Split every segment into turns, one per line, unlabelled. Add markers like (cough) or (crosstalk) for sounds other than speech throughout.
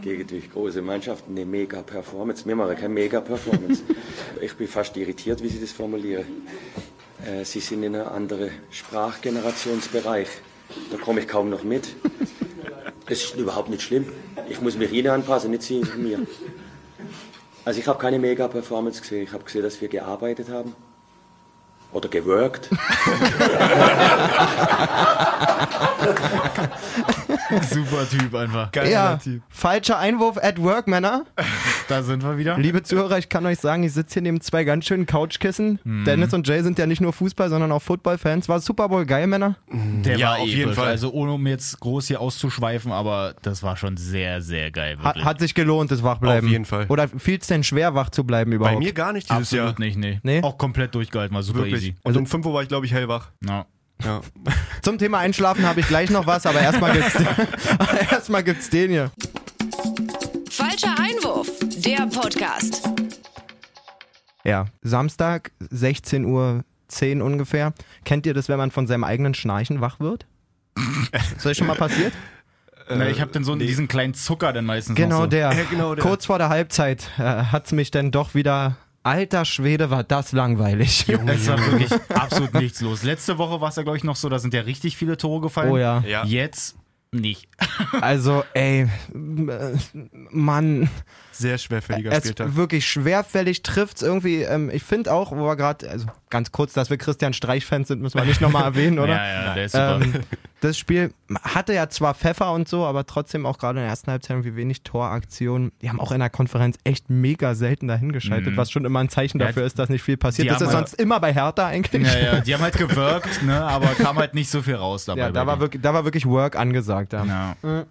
gegen die große Mannschaften eine mega Performance. Wir machen keine mega Performance. ich bin fast irritiert, wie Sie das formulieren. Äh, Sie sind in einer anderen Sprachgenerationsbereich. Da komme ich kaum noch mit. Es ist überhaupt nicht schlimm. Ich muss mich Ihnen anpassen, nicht Sie mir. Also ich habe keine mega Performance gesehen. Ich habe gesehen, dass wir gearbeitet haben. Oder geworkt.
Super Typ einfach.
Geiler
ja.
ja,
Typ.
falscher Einwurf at work, Männer.
Da sind wir wieder.
Liebe Zuhörer, ich kann euch sagen, ich sitze hier neben zwei ganz schönen Couchkissen.
Mhm.
Dennis und Jay sind ja nicht nur Fußball, sondern auch Football-Fans. War Super Bowl geil, Männer?
Der
ja,
war auf
episch.
jeden Fall.
Also ohne um jetzt groß hier auszuschweifen, aber das war schon sehr, sehr geil.
Hat,
Wirklich.
hat sich gelohnt, das Wachbleiben.
Auf jeden Fall.
Oder fiel es denn schwer, wach zu bleiben
Bei
überhaupt?
mir gar nicht dieses
Absolut nicht, nee.
Nee?
Auch komplett durchgehalten, war
Jahr.
super
Wirklich.
easy.
Also
Und um 5 Uhr war ich, glaube ich, hellwach.
Ja.
Ja.
Zum Thema Einschlafen habe ich gleich noch was, aber
(laughs)
erstmal gibt's, (laughs) erstmal gibt's den hier.
Falscher Einwurf, der Podcast.
Ja, Samstag, 16.10 Uhr ungefähr. Kennt ihr das, wenn man von seinem eigenen Schnarchen wach
(laughs)
wird? Ist euch schon mal passiert?
Äh,
Na, ich habe dann so einen- diesen kleinen Zucker dann meistens noch
Genau
so. (laughs)
der.
genau der.
Kurz vor der Halbzeit äh, hat's mich dann doch wieder. Alter Schwede, war das langweilig.
Es war wirklich absolut nichts los. Letzte Woche war es ja, glaube ich, noch so, da sind ja richtig viele Tore gefallen.
Oh ja.
Ja.
Jetzt nicht.
Also, ey, m- äh, Mann,
Sehr schwerfälliger
es
Spieltag.
ist wirklich schwerfällig, trifft's irgendwie. Ähm, ich finde auch, wo wir gerade, also ganz kurz, dass wir Christian Streich-Fans sind, müssen wir nicht nochmal
(laughs)
erwähnen, oder?
Ja, ja, der ist super.
Ähm, das Spiel hatte ja zwar Pfeffer und so, aber trotzdem auch gerade in der ersten Halbzeit irgendwie wenig Toraktionen. Die haben auch in der Konferenz echt mega selten dahingeschaltet, was schon immer ein Zeichen
Mhm. Ja,
dafür ist, dass nicht viel passiert.
die
Das
haben
ist
halt-
sonst immer bei Hertha eigentlich.
ja, ja, die haben halt gewirkt, ne, aber kam halt nicht so viel raus dabei.
Ja, da
bei
war, Mhm.
denen.
wirklich, da war wirklich Work angesagt. Ja. Ja.
Ja.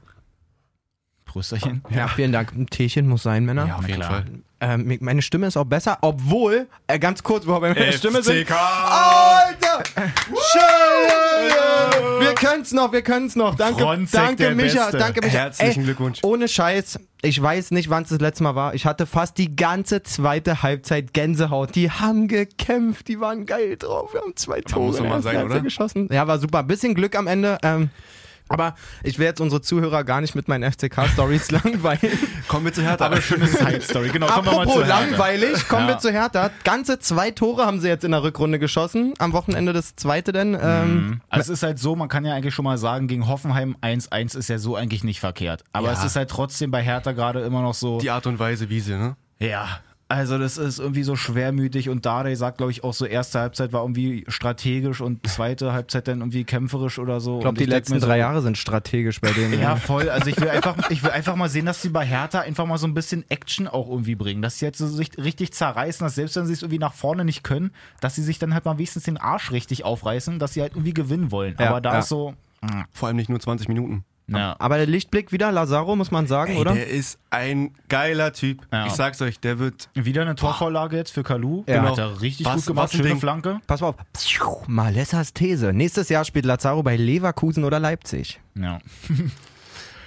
Prösterchen.
vielen Dank. Ein Teechen muss sein, Männer.
auf jeden
Fall.
Ähm, mir- meine Stimme ist auch besser, obwohl, äh, ganz kurz, wo wir bei meiner Stimme sind. Oh!
FCK!
Alter! Scheiße! Wir können's noch, wir können's noch. Danke,
Fronzek,
danke
der
Micha,
Beste.
danke Micha.
Herzlichen
Ey,
Glückwunsch.
Ohne Scheiß, ich weiß nicht, wann es das letzte Mal war. Ich hatte fast die ganze zweite Halbzeit Gänsehaut. Die haben gekämpft, die waren geil drauf. Wir haben zwei Tore
muss
in der
doch mal
ersten
sein,
Halbzeit
oder?
geschossen. Ja, war super. Ein bisschen Glück am Ende. Ähm, aber ich will jetzt unsere Zuhörer gar nicht mit meinen FCK-Stories langweilen.
Kommen wir zu Hertha.
Aber schöne Side-Story, genau. Kommen wir mal
Apropos
zu Hertha.
langweilig, kommen
Ja.
wir zu Hertha. Ganze zwei Tore haben sie jetzt in der Rückrunde geschossen. Am Wochenende das zweite denn. Ähm,
Also es ist halt so, man kann ja eigentlich schon mal sagen, gegen Hoffenheim 1-1 ist ja so eigentlich nicht verkehrt. Aber es ist halt trotzdem bei Hertha gerade immer noch so.
(laughs) die Art und Weise, wie sie, ne?
Ja, also das ist irgendwie so schwermütig und Dardai sagt, glaube ich, auch so, erste Halbzeit war irgendwie strategisch und zweite Halbzeit dann irgendwie kämpferisch oder so.
Ich glaube, die letzten drei Jahre sind strategisch bei denen.
Ja, voll. Also ich will einfach, ich will einfach mal sehen, dass sie bei Hertha einfach mal so ein bisschen Action auch irgendwie bringen. Dass sie jetzt so sich richtig zerreißen, dass selbst wenn sie es irgendwie nach vorne nicht können, dass sie sich dann halt mal wenigstens den Arsch richtig aufreißen, dass sie halt irgendwie gewinnen wollen.
Ja,
Aber da
ja.
ist so. mh,
Vor allem nicht nur 20 Minuten.
Ja.
Aber der Lichtblick wieder, Lazaro, muss man sagen,
Ey,
oder?
Der ist ein geiler Typ.
Ja.
Ich sag's euch, der wird.
Wieder eine Torvorlage jetzt für Kalu.
Ja.
Den Hat er richtig
Was-
gut gemacht.
was ein
Schöne
Ding.
Flanke.
Pass mal auf. Pschuh, Malessas These. Nächstes Jahr spielt Lazaro bei Leverkusen oder Leipzig.
Ja.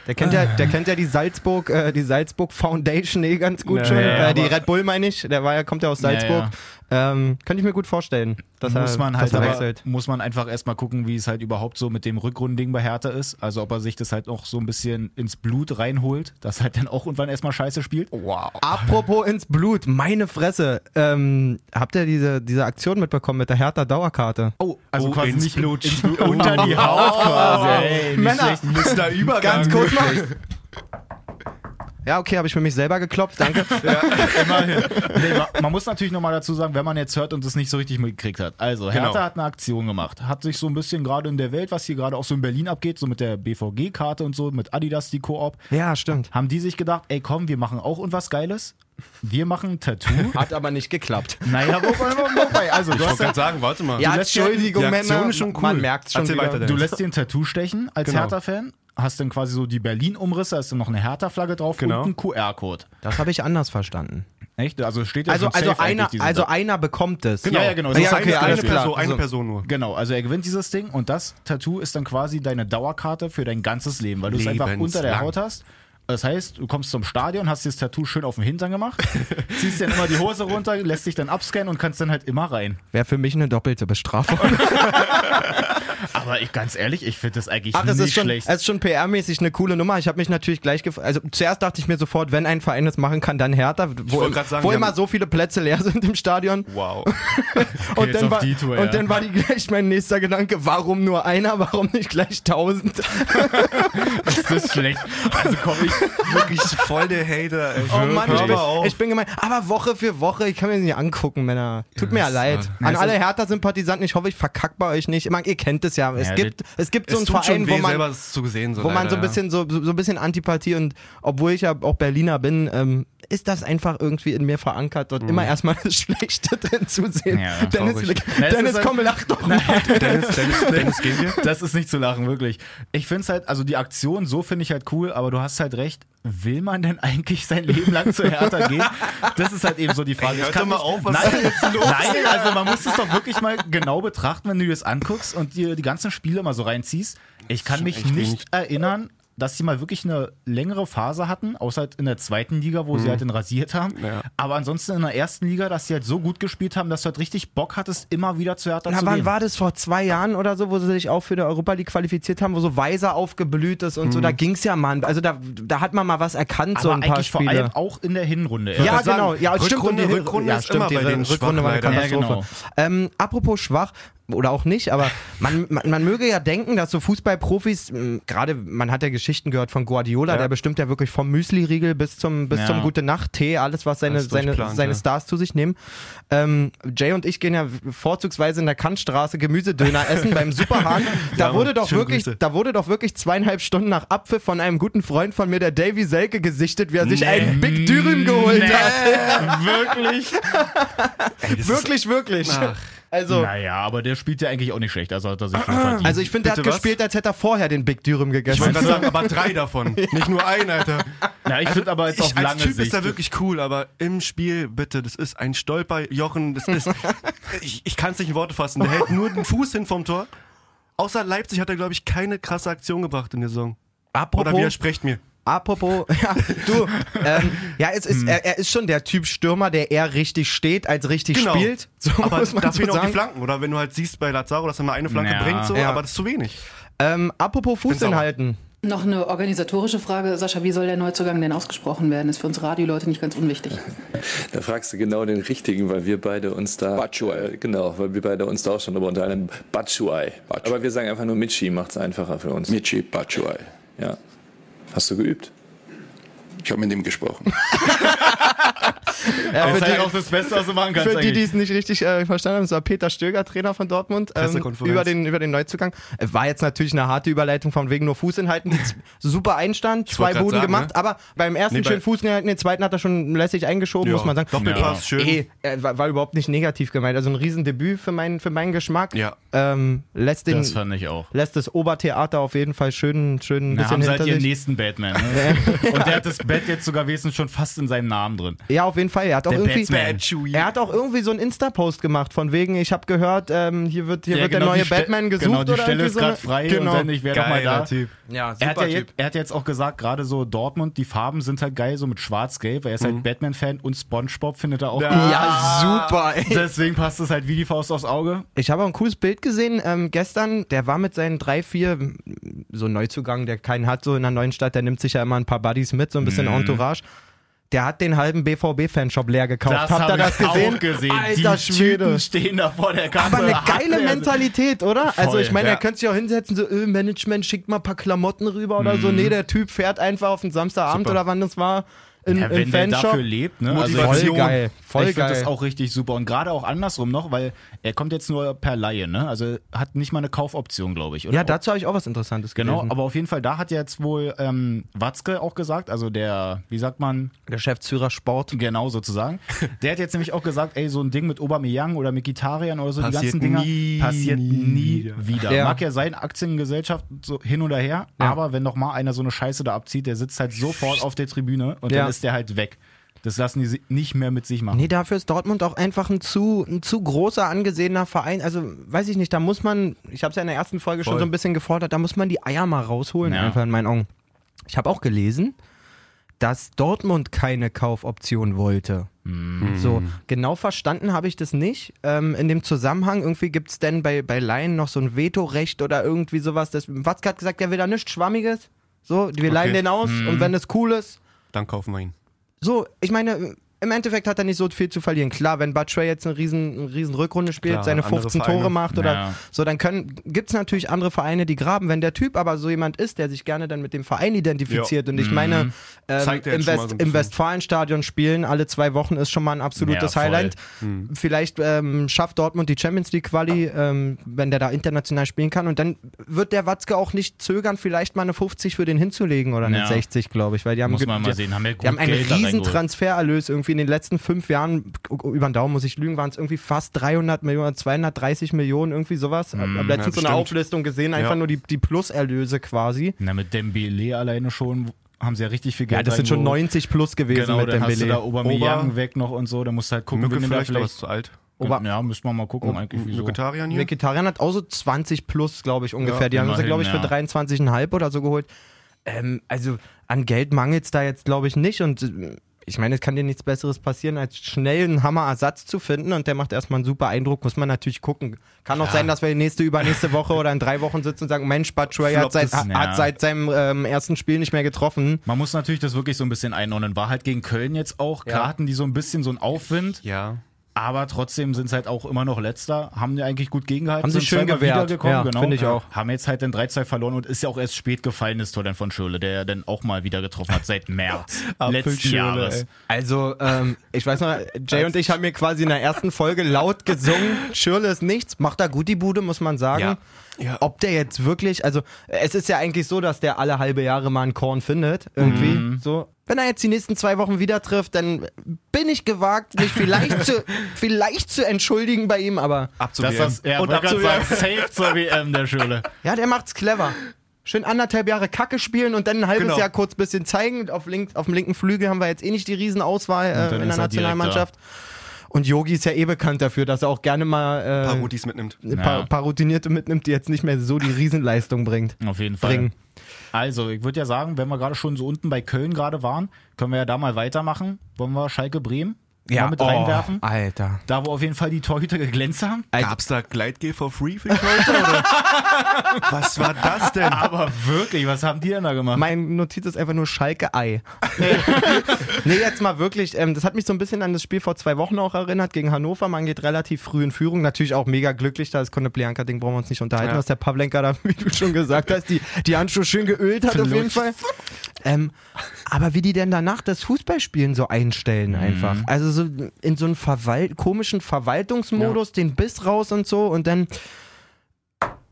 Der kennt ja, der kennt ja die Salzburg, äh, die Salzburg Foundation eh ganz gut
Ja,
schon.
ja,
äh, die
aber-
Red Bull meine ich. Der war ja, kommt ja aus
Ja,
Salzburg. Ähm, könnte ich mir gut vorstellen, dass
muss
er,
man halt
dass er
aber,
wechselt.
muss man einfach erstmal gucken, wie es halt überhaupt so mit dem Rückrundending bei Hertha ist. Also ob er sich das halt auch so ein bisschen ins Blut reinholt, dass halt dann auch irgendwann erstmal scheiße spielt.
Wow.
Apropos ins Blut, meine Fresse. Ähm, habt ihr diese, diese Aktion mitbekommen mit der Hertha Dauerkarte?
Oh,
Also
oh,
quasi
ins
nicht
Blut.
ins Blut, unter
Oh.
die Haut quasi. Ey, nicht
Männer,
schlecht.
Mr. Übergang.
Ganz kurz noch. Ja, okay, habe ich für mich selber geklopft, danke.
Immerhin. Nee, ma- man muss natürlich nochmal dazu sagen, wenn man jetzt hört und es nicht so richtig mitgekriegt hat. Also, Hertha
Genau.
hat eine Aktion gemacht, hat sich so ein bisschen gerade in der Welt, was hier gerade auch so in Berlin abgeht, so mit der BVG-Karte und so, mit Adidas die Koop,
Ja, stimmt.
haben die sich gedacht, ey komm, wir machen auch irgendwas Geiles. Wir machen ein Tattoo.
Hat aber nicht geklappt.
(laughs) naja, wobei, wobei, also du hast
Ich wollte
ja
gerade sagen, warte mal.
Ja,
Du lässt ja-
Entschuldigung,
die Aktion
Männer,
ist schon cool.
man merkt schon
Erzähl
wieder.
weiter, Dennis.
Du lässt dir ein Tattoo stechen als
Genau.
Hertha-Fan, hast dann quasi so die Berlin-Umrisse, hast dann noch eine Hertha-Flagge drauf
Genau.
und einen QR-Code.
Das habe ich anders verstanden.
Echt? Also steht ja
Also,
schon
also,
safe
einer,
eigentlich diese
also einer bekommt es. Also
Genau. Ja, ja, genau.
Ja,
Es ist
eine,
okay,
eine,
alles
Person,
klar.
eine
Also,
Person nur.
Genau, also er gewinnt dieses Ding und das Tattoo ist dann quasi deine Dauerkarte für dein ganzes Leben, weil du es einfach unter der
Lebenslang.
Haut hast. Das heißt, du kommst zum Stadion, hast dir das Tattoo schön auf dem Hintern (laughs) gemacht, ziehst dann immer die Hose runter, lässt dich dann abscannen und kannst dann halt immer rein.
Wäre für mich eine doppelte Bestrafung.
Aber ich ganz ehrlich, ich finde das eigentlich
(laughs) Ach, es
nicht
ist schon,
schlecht.
es ist schon PR-mäßig eine coole Nummer. Ich habe mich natürlich gleich gefragt. Also zuerst dachte ich mir sofort, wenn ein Verein das machen kann, dann Hertha, wo,
wollte grad sagen,
wo
die
immer
haben-
so viele Plätze leer (laughs) sind im Stadion.
Wow.
Und,
jetzt
dann
auf
war,
die Tour, ja.
und dann war die gleich mein nächster Gedanke, warum nur einer, warum nicht gleich tausend?
Ist das
(laughs)
schlecht? Also komm, ich,
(laughs) Wirklich voll der Hater, ey.
Oh Mann, ich
Hör
bin,
mal auf.
ich bin gemein. Aber Woche für Woche, ich kann mir das nicht angucken, Männer. Tut mir ja leid. An alle Hertha-Sympathisanten, ich hoffe, ich verkack bei euch nicht. Ich meine, ihr kennt es ja. Es
Ja,
gibt, es gibt so
Es
einen
tut schon
Verein,
weh,
wo man,
selber das zu sehen. So
wo man
leider,
so ein bisschen, so, so so ein bisschen Antipathie und obwohl ich ja auch Berliner bin, ähm, ist das einfach irgendwie in mir verankert, dort immer erstmal (laughs) das Schlechte drin zu sehen.
Ja,
Dennis,
Mhm. traurig.
Na, es
Dennis
ist halt-
komm, lach doch.
Ja. Dennis, Dennis, Dennis, gehen wir?
das ist nicht zu lachen, wirklich. Ich finde es halt, also die Aktion, so finde ich halt cool, aber du hast halt recht. Will man denn eigentlich sein Leben lang zu Hertha gehen? Das ist halt eben so die Frage.
Ey,
Ich
hört
kann
doch mal
nicht-
auf, was
nein,
ist denn jetzt los?
Nein, also man muss es doch wirklich mal genau betrachten, wenn du dir das anguckst und dir die ganzen Spiele mal so reinziehst. Ich kann mich
echt
nicht
wenig.
erinnern, dass sie mal wirklich eine längere Phase hatten, außer halt in der zweiten Liga, wo sie halt den rasiert haben.
Mhm. Ja.
Aber ansonsten in der ersten Liga, dass sie halt so gut gespielt haben, dass du halt richtig Bock hattest, immer wieder zu Hertha
Na,
zu
wann
gehen.
war das? Vor zwei Jahren oder so, wo sie sich auch für die Europa League qualifiziert haben, wo so Weiser aufgeblüht ist und so. Da ging's ja mal. Also da, da hat man mal was erkannt, so
Mhm. aber
ein paar
eigentlich
Spiele.
vor allem auch in der Hinrunde. ey.
ja,
wollte
genau.
sagen,
Ja, stimmt.
Rückrunde-
die Hin-
Rückrunde
ja,
ist
stimmt,
immer
die
bei
Hin-
denen schwach
Rückrunde war eine
leider. genau.
Ja,
Katastrophe. ähm, apropos schwach oder auch nicht, aber man, man, man möge ja denken, dass so Fußballprofis, mh, gerade man hat ja Geschichten gehört von Guardiola, der bestimmt ja wirklich vom Müsli-Riegel bis zum, bis
Ja.
zum Gute-Nacht-Tee, alles, was seine,
Alles
seine,
durchplant,
seine
ja.
Stars zu sich nehmen. Ähm, Jay und ich gehen ja vorzugsweise in der Kantstraße Gemüsedöner essen
(laughs)
beim Superhahn. Da,
Ja,
wurde doch
schöne
wirklich,
Grüße.
da wurde doch wirklich zweieinhalb Stunden nach Abpfiff von einem guten Freund von mir, der Davy Selke, gesichtet, wie er sich
Nee.
einen Big Dürüm geholt hat.
(laughs) wirklich?
Ey, das ist-
Wirklich, wirklich.
Ach.
Also,
Naja, aber der spielt ja eigentlich auch nicht schlecht. Also hat er sich schon verdient.
Also ich finde, der hat
Bitte was?
gespielt, als hätte er vorher den Big Dürüm
Ich
gegessen.
wollte gerade sagen, aber drei
(laughs)
davon. Nicht nur ein, Alter.
Na,
also
ich finde aber jetzt
Ich,
auf
als
lange
Typ
Sicht.
ist er wirklich cool, aber im Spiel, bitte, das ist ein Stolperjochen. Das
(laughs)
ist, ich ich kann es nicht in Worte fassen. Der hält nur den Fuß hin vom Tor. Außer Leipzig hat er, glaube ich, keine krasse Aktion gebracht in der Saison. Oder
apropos,
widersprecht mir.
apropos, (laughs) ja, du, ähm, ja, es
Hm.
ist, er, er ist schon der Typ Stürmer, der eher richtig steht, als richtig
Genau.
spielt. (laughs) So
aber
muss man
da
so
fehlen auch die
sagen.
Flanken. Oder wenn du halt siehst bei Lazaro, dass er mal eine Flanke
Ja.
bringt, so,
Ja.
aber das ist zu wenig.
ähm, apropos
sauer.
Fußinhalten.
Noch eine organisatorische Frage, Sascha, wie soll der Neuzugang denn ausgesprochen werden? Ist für uns Radioleute nicht ganz unwichtig.
Da fragst du genau den richtigen, weil wir beide uns da.
Batschuai.
Äh, Genau, weil wir beide uns da auch schon drüber unterhalten. Batschuai.
Batschuai.
Aber wir sagen einfach nur Michi, macht's einfacher für uns.
Michi Pachuay.
Ja. Hast du geübt?
Ich habe mit ihm gesprochen.
Ja,
Das
Äh, für
ist halt
die,
auch das Beste, was du machen kannst.
für die, die
eigentlich.
es nicht richtig äh, verstanden haben, es war Peter Stöger, Trainer von Dortmund, ähm,
Pressekonferenz.
über, den, über den Neuzugang. Äh, War jetzt natürlich eine harte Überleitung von wegen nur Fußinhalten, die z- (laughs) super einstand, zwei
grad
Buden
sagen,
gemacht,
ne?
aber beim ersten
Nee, bei-
schön Fuß gehalten, den zweiten hat er schon lässig eingeschoben, muss man sagen.
Doppelpass, schön.
Ey, äh, war, war überhaupt nicht negativ gemeint. Also ein Riesendebüt für meinen, für meinen Geschmack.
Ja.
Ähm, lässt, den,
Das fand ich auch.
lässt das Obertheater auf jeden Fall schön, schön ein
Da
bisschen
haben sie halt
hinter
ihren
sich.
nächsten Batman. Ne? Und der hat das Bett jetzt sogar wesentlich schon fast in seinem Namen drin.
Ja, auf jeden Fall. Er hat auch
Der
irgendwie.
Batman.
Er hat auch irgendwie so einen Insta-Post gemacht, von wegen, ich habe gehört, ähm, hier wird, hier
Ja,
wird
genau,
der neue
die Ste-
Batman gesucht.
Genau, die
oder
Stelle
irgendwie
ist
so
gerade
eine-
frei
genau.
und dann, ich wäre doch mal da.
Typ.
Ja, super
Er hat, ja
Typ.
jetzt, er hat jetzt auch gesagt, gerade so Dortmund, die Farben sind halt geil, so mit Schwarz-Gelb, weil er ist halt Batman-Fan und Spongebob findet er auch gut.
Mhm. Ja, super, ey.
Deswegen passt es halt wie die Faust aufs Auge.
Ich habe auch ein cooles Bild gesehen ähm, gestern. Der war mit seinen drei, vier, mm, so Neuzugang, der keinen hat, so in einer neuen Stadt, der nimmt sich ja immer ein paar Buddies mit, so ein
Mhm.
bisschen Entourage. Der hat den halben BVB-Fanshop leer gekauft. Habt ihr
hab
das
ich
gesehen?
Auch gesehen.
Alter
die
Schwede.
Typen stehen da vor der Kasse.
Aber eine
Hat
geile
der-
Mentalität, oder? also
Voll,
ich meine,
ja.
er könnte sich auch hinsetzen, so, äh, Management, schickt mal ein paar Klamotten rüber oder
Mhm.
so. Nee, der Typ fährt einfach auf den Samstagabend oder wann das war in,
Ja,
im
wenn der
Fanshop.
dafür lebt, ne?
Voll geil. Voll
ich finde
geil.
das auch richtig super. Und gerade auch andersrum noch, weil er kommt jetzt nur per Laie, ne? Also hat nicht mal eine Kaufoption, glaube ich. Oder?
ja, dazu habe ich auch was Interessantes
Genau,
gelesen.
aber auf jeden Fall, da hat jetzt wohl ähm, Watzke auch gesagt, also der, wie sagt man,
Geschäftsführer Sport.
genau sozusagen, der hat jetzt nämlich auch gesagt, ey, so ein Ding mit Aubameyang oder Mikitarian oder so,
Passiert
die ganzen Dinger
nie
passiert nie
wieder.
wieder.
Ja.
Mag ja sein, Aktiengesellschaft so hin oder her, aber wenn noch mal einer so eine Scheiße da abzieht, der sitzt halt sofort auf der Tribüne und
Ja.
dann ist der halt weg. Das lassen die si- nicht mehr mit sich machen.
Nee, dafür ist Dortmund auch einfach ein zu, ein zu großer angesehener Verein. Also, weiß ich nicht, da muss man, ich habe es ja in der ersten Folge schon
Voll.
so ein bisschen gefordert, da muss man die Eier mal rausholen,
Ja.
einfach in meinen Augen. Ich habe auch gelesen, dass Dortmund keine Kaufoption wollte. So, genau verstanden habe ich das nicht. Ähm, in dem Zusammenhang, irgendwie gibt es denn bei, bei Laien noch so ein Vetorecht oder irgendwie sowas. Das, Watzke hat gesagt, der will da nichts Schwammiges. So, wir leihen den aus und wenn es cool ist,
Dann kaufen wir ihn.
so, ich meine, im Endeffekt hat er nicht so viel zu verlieren. Klar, wenn Batshuayi jetzt eine riesen, eine riesen Rückrunde spielt,
Klar,
seine
andere
15
Vereine.
Tore macht oder
Ja.
so, dann können gibt's natürlich andere Vereine, die graben. Wenn der Typ aber so jemand ist, der sich gerne dann mit dem Verein identifiziert und ich meine, ähm,
Mhm. Zeigt er jetzt
im,
schon
West,
mal so ein
im
bisschen.
Westfalenstadion spielen alle zwei Wochen ist schon mal ein absolutes
Ja, voll.
Highlight.
Mhm.
Vielleicht ähm, schafft Dortmund die Champions League Quali, ähm, wenn der da international spielen kann und dann wird der Watzke auch nicht zögern, vielleicht mal eine 50 für den hinzulegen oder eine
Ja.
60, glaube ich, weil die haben
Muss
ge-
man mal
die,
sehen, haben wir gut
die haben einen
Geld da
riesen
reingeholt.
Transfererlös irgendwie in den letzten fünf Jahren, über den Daumen muss ich lügen, waren es irgendwie fast 300 Millionen, 230 Millionen, irgendwie sowas. Ich
Mm,
habe letztens so
ja,
eine
stimmt.
Auflistung gesehen, einfach
Ja.
nur die, die Pluserlöse quasi.
Na, mit Dembele alleine schon haben sie ja richtig viel Geld.
Ja, das sind schon
reingeholt.
90 plus gewesen
Genau,
mit
dann hast du da
Dembele.
Aubameyang
Ober-
weg noch und so. Da musst du halt gucken,
Mücke
wen du da
vielleicht, aber
vielleicht...
ist zu alt.
Ober-
ja, müssen wir mal gucken eigentlich, wieso.
Vegetarier hier?
Vegetarier hat auch so 20 plus, glaube ich, ungefähr. die haben sie,
immerhin,
glaube ich, für
ja.
23,5 oder so geholt. Ähm, also an Geld mangelt es da jetzt, glaube ich, nicht. Und äh, ich meine, es kann dir nichts Besseres passieren, als schnell einen Hammerersatz zu finden. Und der macht erstmal einen super Eindruck, muss man natürlich gucken. Kann auch sein, dass wir nächste, übernächste Woche oder in drei Wochen sitzen und sagen, Mensch, Batshuayi hat,
Floppt
seit,
es,
hat
ja.
seit seinem ähm, ersten Spiel nicht mehr getroffen.
Man muss natürlich das wirklich so ein bisschen einordnen. War halt gegen Köln jetzt auch. Klar
Ja.
hatten die so ein bisschen so einen Aufwind,
Ja.
aber trotzdem sind es halt auch immer noch Letzter. Haben die eigentlich gut gegengehalten.
Haben sie
sind
schön
zweimal
gewehrt.
wiedergekommen,
Ja,
genau.
finde ich auch.
Haben jetzt halt dann 3-2 verloren und ist ja auch erst spät gefallen, das Tor dann von Schürrle, der ja dann auch mal wieder getroffen hat seit
(laughs)
März letzten
Apfelschürrle,
Jahres.
ey.
Also, ähm, ich weiß noch, Jay und ich haben mir quasi in der ersten Folge laut gesungen, Schirle ist nichts, macht da gut die Bude, muss man sagen.
Ja. Ja.
Ob der jetzt wirklich, also es ist ja eigentlich so, dass der alle halbe Jahre mal ein Korn findet, irgendwie so. Wenn er jetzt die nächsten zwei Wochen wieder trifft, dann bin ich gewagt, mich vielleicht zu, vielleicht zu entschuldigen bei ihm, aber
Ab zur
Das
WM.
ist ja,
Und
wollte
ab
gerade
zur
sagen,
WM.
safe
(laughs)
zur WM der Schule.
ja, der macht's clever. Schön anderthalb Jahre Kacke spielen und dann ein halbes
Genau.
Jahr kurz bisschen zeigen. Auf, links, auf dem linken Flügel haben wir jetzt eh nicht die Riesenauswahl
dann
äh, in
ist
der
er
Nationalmannschaft. Und Yogi ist ja eh bekannt dafür, dass er auch gerne mal
Paar
äh,
Rotis mitnimmt.
ein paar,
Ja.
paar Routinierte mitnimmt, die jetzt nicht mehr so die Riesenleistung bringt.
Auf jeden Fall.
Bringen.
Also, ich würde ja sagen, wenn wir gerade schon so unten bei Köln gerade waren, können wir ja da mal weitermachen. Wollen wir Schalke Bremen mal mit
oh,
reinwerfen?
Alter.
Da, wo auf jeden Fall die Torhüter geglänzt haben.
Gab's da Gleitgel for free für
(laughs)
die Leute? oder? Was war das denn?
Aber wirklich, was haben die denn da gemacht?
Mein Notiz ist einfach nur Schalke-Ei. nee, jetzt mal wirklich. Ähm, das hat mich so ein bisschen an das Spiel vor zwei Wochen auch erinnert gegen Hannover. Man geht relativ früh in Führung. Natürlich auch mega glücklich. Da ist Konoplianka-Ding, brauchen wir uns nicht unterhalten,
Ja.
dass der Pavlenka da, (laughs) wie du schon gesagt hast, die, die Handschuhe schön geölt hat auf jeden Fall. Ähm, aber wie die denn danach das Fußballspielen so einstellen einfach. Also so in so einen Verwal komischen Verwaltungsmodus, den Biss raus und so und dann...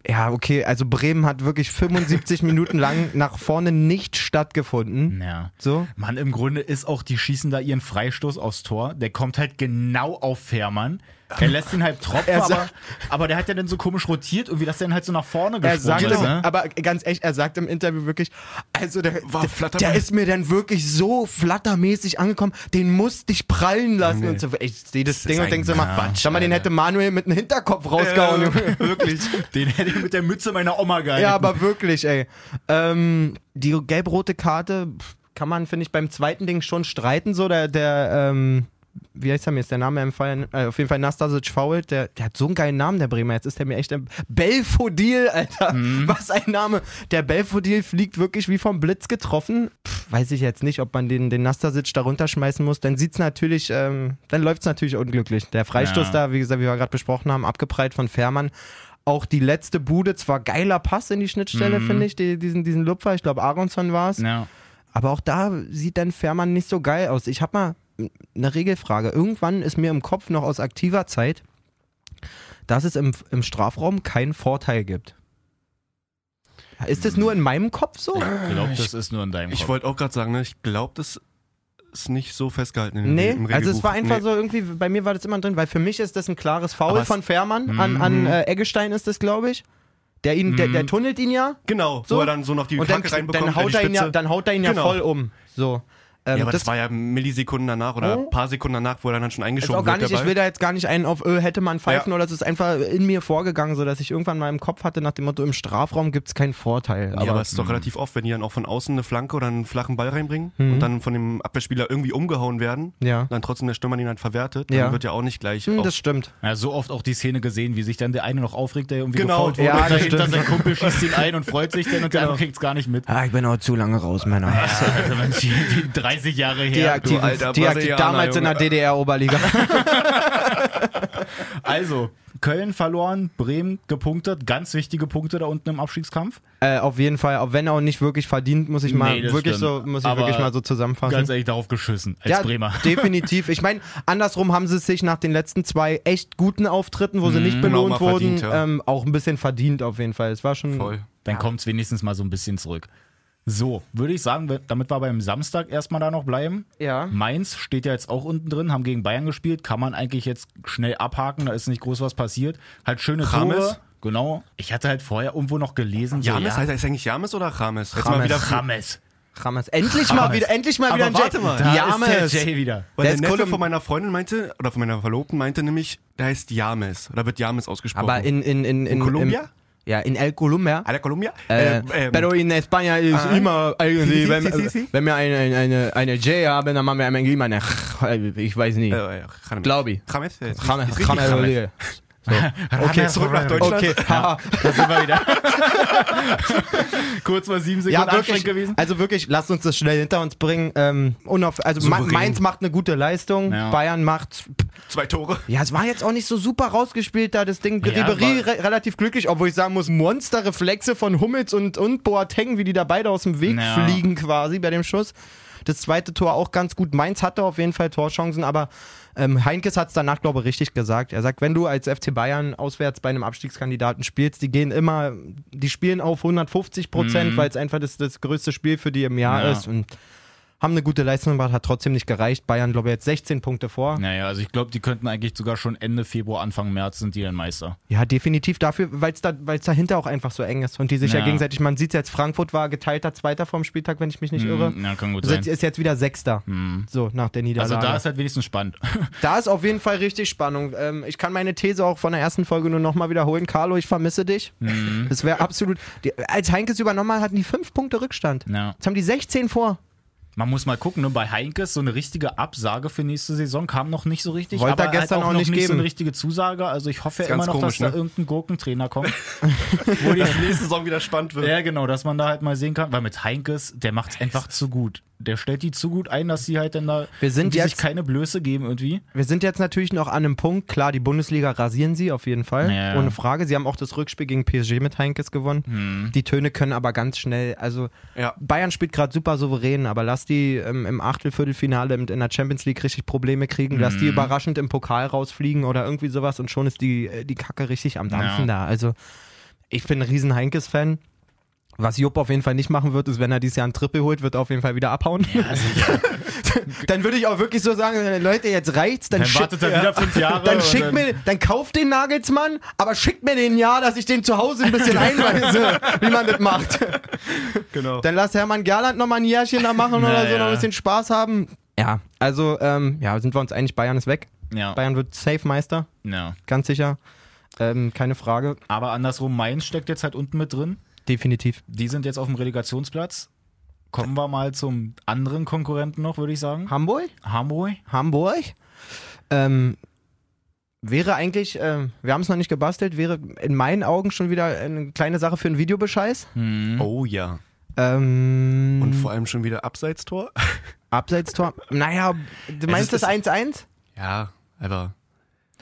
Ja, okay, also Bremen hat wirklich 75
(laughs)
Minuten lang nach vorne nicht stattgefunden.
Ja.
So.
Mann, im Grunde ist auch, die schießen da ihren Freistoß aufs Tor. Der kommt halt genau auf Fährmann. Der lässt ihn halt tropfen,
Er sa-
aber, aber der hat ja dann so komisch rotiert, irgendwie, dass der dann halt so nach vorne
Er
gesprungen
sagt,
ist. Ne?
aber ganz echt, er sagt im Interview wirklich, also der,
War
der,
Flatterball?
der ist mir dann wirklich so flattermäßig angekommen, den musste ich prallen lassen und so. Ich sehe das,
Das
Ding
ist
und denke so
ein
immer,
Quatsch,
schau mal, den hätte Manuel mit einem Hinterkopf rausgehauen. Junge.
Wirklich.
Äh, Den hätte ich mit der Mütze meiner Oma gehalten.
Ja, aber wirklich, ey. Ähm, die gelb-rote Karte pf, kann man, finde ich, beim zweiten Ding schon streiten. So, der, der ähm, wie heißt er mir jetzt der Name empfallen? Äh, auf jeden Fall Nastasic Fault, der, der hat so einen geilen Namen, der Bremer. Jetzt ist der mir echt. ein- Belfodil, Alter. Was ein Name. Der Belfodil fliegt wirklich wie vom Blitz getroffen. Pff, weiß ich jetzt nicht, ob man den, den Nastasic da runterschmeißen muss. Dann sieht's natürlich, ähm, dann läuft's natürlich unglücklich. Der Freistoß
Ja.
da, wie gesagt, wie wir gerade besprochen haben, abgeprallt von Fährmann. Auch die letzte Bude, zwar geiler Pass in die Schnittstelle, finde ich, die, diesen, diesen Lupfer, ich glaube Aronson war es.
Mhm. Ja.
Aber auch da sieht dann Fährmann nicht so geil aus. Ich habe mal eine Regelfrage. Irgendwann ist mir im Kopf noch aus aktiver Zeit, dass es im, im Strafraum keinen Vorteil gibt. Ist das nur in meinem Kopf so?
Ich glaube, das ist nur in deinem
Ich
Kopf.
wollte auch gerade sagen, ne, ich glaube, das ist nicht so festgehalten in
Nee,
im Regelbuch.
also es war einfach
Nee.
so irgendwie, bei mir war das immer drin, weil für mich ist das ein klares
Aber
Foul
es- Mhm.
von Fährmann an, an äh, Eggestein ist das, glaube ich. Der, ihn, der, der tunnelt ihn ja
Genau,
So.
wo er dann so noch die
und dann,
Kacke reinbekommt.
dann, haut
äh,
er
die
ihn ja,
Spitze.
dann haut er ihn ja
Genau.
voll um. So. Ähm,
Ja, aber das, war ja Millisekunden danach oder ein paar Sekunden danach, wo er dann halt schon
ist
eingeschoben
auch gar
wird
nicht, ich
dabei.
will da jetzt gar nicht einen auf öh, hätte man pfeifen
Ja.
oder es ist einfach in mir vorgegangen, so dass ich irgendwann mal im Kopf hatte nach dem Motto, im Strafraum gibt es keinen Vorteil.
ja, aber
Aber hm.
es ist doch relativ oft, wenn die dann auch von außen eine Flanke oder einen flachen Ball reinbringen und dann von dem Abwehrspieler irgendwie umgehauen werden,
Mhm. Ja.
dann trotzdem der Stürmer den dann verwertet, dann
Ja.
wird ja auch nicht gleich
hm,
auf
das stimmt.
Ja, so oft auch die Szene gesehen, wie sich dann der eine noch aufregt, der irgendwie
Genau.
gefault wurde.
Ja,
Ja,
das
dahinter
stimmt.
sein Kumpel schießt ihn ein und freut sich dann und der andere kriegt's gar nicht mit.
Ah, ich bin auch zu lange raus, Männer.
Also wenn die, die 30 Jahre
Die
her.
aktiven,
alter
die aktiven
Brasilianer,
damals in der
Junge.
DDR-Oberliga.
Also, Köln verloren, Bremen gepunktet, ganz wichtige Punkte da unten im Abstiegskampf.
äh, auf jeden Fall, auch wenn auch nicht wirklich verdient, muss ich mal
Nee, das
wirklich
stimmt.
so, muss ich
Aber
wirklich mal so zusammenfassen.
Ganz ehrlich darauf geschissen, als Bremer. (laughs)
definitiv. Ich meine, andersrum haben sie es sich nach den letzten zwei echt guten Auftritten, wo sie
Mhm.
nicht
Genau, mal
belohnt wurden,
verdient, ja.
ähm, auch ein bisschen verdient auf jeden Fall. Es war schon
voll.
Dann kommt's wenigstens mal so ein bisschen zurück. So, würde ich sagen, wir- damit wir beim Samstag erstmal da noch bleiben.
Ja.
Mainz steht ja jetzt auch unten drin, haben gegen Bayern gespielt, kann man eigentlich jetzt schnell abhaken, da ist nicht groß was passiert. Halt schöne
James?
Tore. Genau. Ich hatte halt vorher irgendwo noch gelesen, so,
James,
ja,
heißt er ist eigentlich James oder James? Jetzt
James.
mal wieder
James.
Krames. Endlich mal wieder, endlich mal wieder
Aber warte mal,
Jay.
Da
James.
ist der Jay wieder.
Der
Weil der,
ist
Neffe
Kolum-
von meiner Freundin meinte, oder von meiner Verlobten meinte nämlich, der heißt James. Oder wird James ausgesprochen.
Aber in, in, in, in, im-
Colombia?
ja, in El Columbia.
Aller Columbia?
Äh,
ähm,
pero in España ist
Ah.
immer
Sí,
irgendwie,
sí,
wenn,
sí, sí, sí.
wenn wir eine, eine, eine, eine J haben, dann machen wir immer eine, ich weiß nicht.
äh, äh, James.
Glaube ich.
James? äh, ist
Kramer,
richtig- ist richtig
Kramer, Oliver.
(laughs)
Okay, zurück nach Deutschland.
Okay, haha.
Da sind wir
(laughs)
wieder. Kurz mal sieben Sekunden
Ja, wirklich.
anstrengend gewesen.
Also wirklich, lasst uns das schnell hinter uns bringen. Ähm, unauf, also Ma
Souverän.
Mainz macht eine gute Leistung,
Ja.
Bayern macht.
(laughs)
(laughs)
Zwei Tore.
Ja, es war jetzt auch nicht so super rausgespielt da, das Ding.
Ja,
Ribery
war-
re relativ glücklich, obwohl ich sagen muss, Monsterreflexe von Hummels und, und Boateng, wie die da beide aus dem Weg
Ja.
fliegen quasi bei dem Schuss. Das zweite Tor auch ganz gut. Mainz hatte auf jeden Fall Torchancen, aber ähm, Heinkes hat es danach, glaube ich, richtig gesagt. Er sagt, wenn du als FC Bayern auswärts bei einem Abstiegskandidaten spielst, die gehen immer, die spielen auf 150 Prozent, weil es einfach das, das größte Spiel für die im Jahr
Mhm. Ja.
ist und haben eine gute Leistung gemacht, hat trotzdem nicht gereicht. Bayern, glaube ich, jetzt 16 Punkte vor.
Naja, also ich glaube, die könnten eigentlich sogar schon Ende Februar, Anfang März sind die dann Meister.
Ja, definitiv dafür, weil es da, weil's dahinter auch einfach so eng ist und die sich ja,
Ja.
gegenseitig, man sieht jetzt, Frankfurt war geteilter Zweiter vom Spieltag, wenn ich mich nicht irre.
Hm, Ja, kann gut
Ist jetzt-
sein.
Ist jetzt wieder Sechster. So, nach der Niederlage.
Also da ist halt wenigstens spannend. (laughs)
Da ist auf jeden Fall richtig Spannung. Ähm, ich kann meine These auch von der ersten Folge nur nochmal wiederholen. Carlo, ich vermisse dich.
Hm.
Das wäre absolut. Die, als Heinkes übernommen hat, hatten die fünf Punkte Rückstand.
Ja.
Jetzt haben die 16 vor.
Man muss mal gucken, ne? bei Heinkes so eine richtige Absage für nächste Saison kam noch nicht so richtig.
Wollte er
aber
gestern
halt
auch
noch
nicht
so
geben.
eine richtige Zusage. Also ich hoffe ja immer
ganz
noch,
komisch,
dass da
ne?
irgendein Gurkentrainer
(laughs)
kommt.
Wo die nächste Saison wieder spannend wird.
ja, genau, dass man da halt mal sehen kann. Weil mit Heinkes, der macht's einfach zu gut. Der stellt die zu gut ein, dass sie halt dann da
Wir sind
die sich
jetzt-
keine Blöße geben irgendwie.
Wir sind jetzt natürlich noch an einem Punkt. Klar, die Bundesliga rasieren sie auf jeden Fall.
Ja.
Ohne Frage. Sie haben auch das Rückspiel gegen PSG mit Heinkes gewonnen. Die Töne können aber ganz schnell. Also,
Ja.
Bayern spielt gerade super souverän, aber lass die ähm, im Achtelfinale in der Champions League richtig Probleme kriegen. Lass
Mhm.
die überraschend im Pokal rausfliegen oder irgendwie sowas und schon ist die, äh, die Kacke richtig am Dampfen da. Also, ich bin ein riesen Heinkes-Fan. Was Jupp auf jeden Fall nicht machen wird, ist, wenn er dieses Jahr einen Triple holt, wird er auf jeden Fall wieder abhauen.
also-
(laughs) dann würde ich auch wirklich so sagen, Leute, jetzt reicht's, dann,
Dann
schick-
wartet er wieder fünf Jahre.
(laughs) dann
und
schickt mir, dann kauft den Nagelsmann, aber schickt mir den ja, dass ich den zu Hause ein bisschen einweise, wie man das macht.
Genau.
Dann lass Hermann Gerland nochmal ein Jährchen da machen oder so,
Naja.
noch ein bisschen Spaß haben. Ja, also, ähm, ja, sind wir uns einig, Bayern ist weg.
Ja,
Bayern wird Safe Meister,
ja.
ganz sicher. Ähm, keine Frage,
Aber andersrum, Mainz steckt jetzt halt unten mit drin.
definitiv.
Die sind jetzt auf dem Relegationsplatz. Kommen wir mal zum anderen Konkurrenten noch, würde ich sagen.
Hamburg?
Hamburg.
Hamburg. Ähm, wäre eigentlich, ähm, wir haben es noch nicht gebastelt, wäre in meinen Augen schon wieder eine kleine Sache für einen Videobescheiß.
Oh ja.
Ähm,
Und vor allem schon wieder Abseitstor. (laughs)
Abseitstor. Naja, du meinst
ist-
das 1-1?
Ja, aber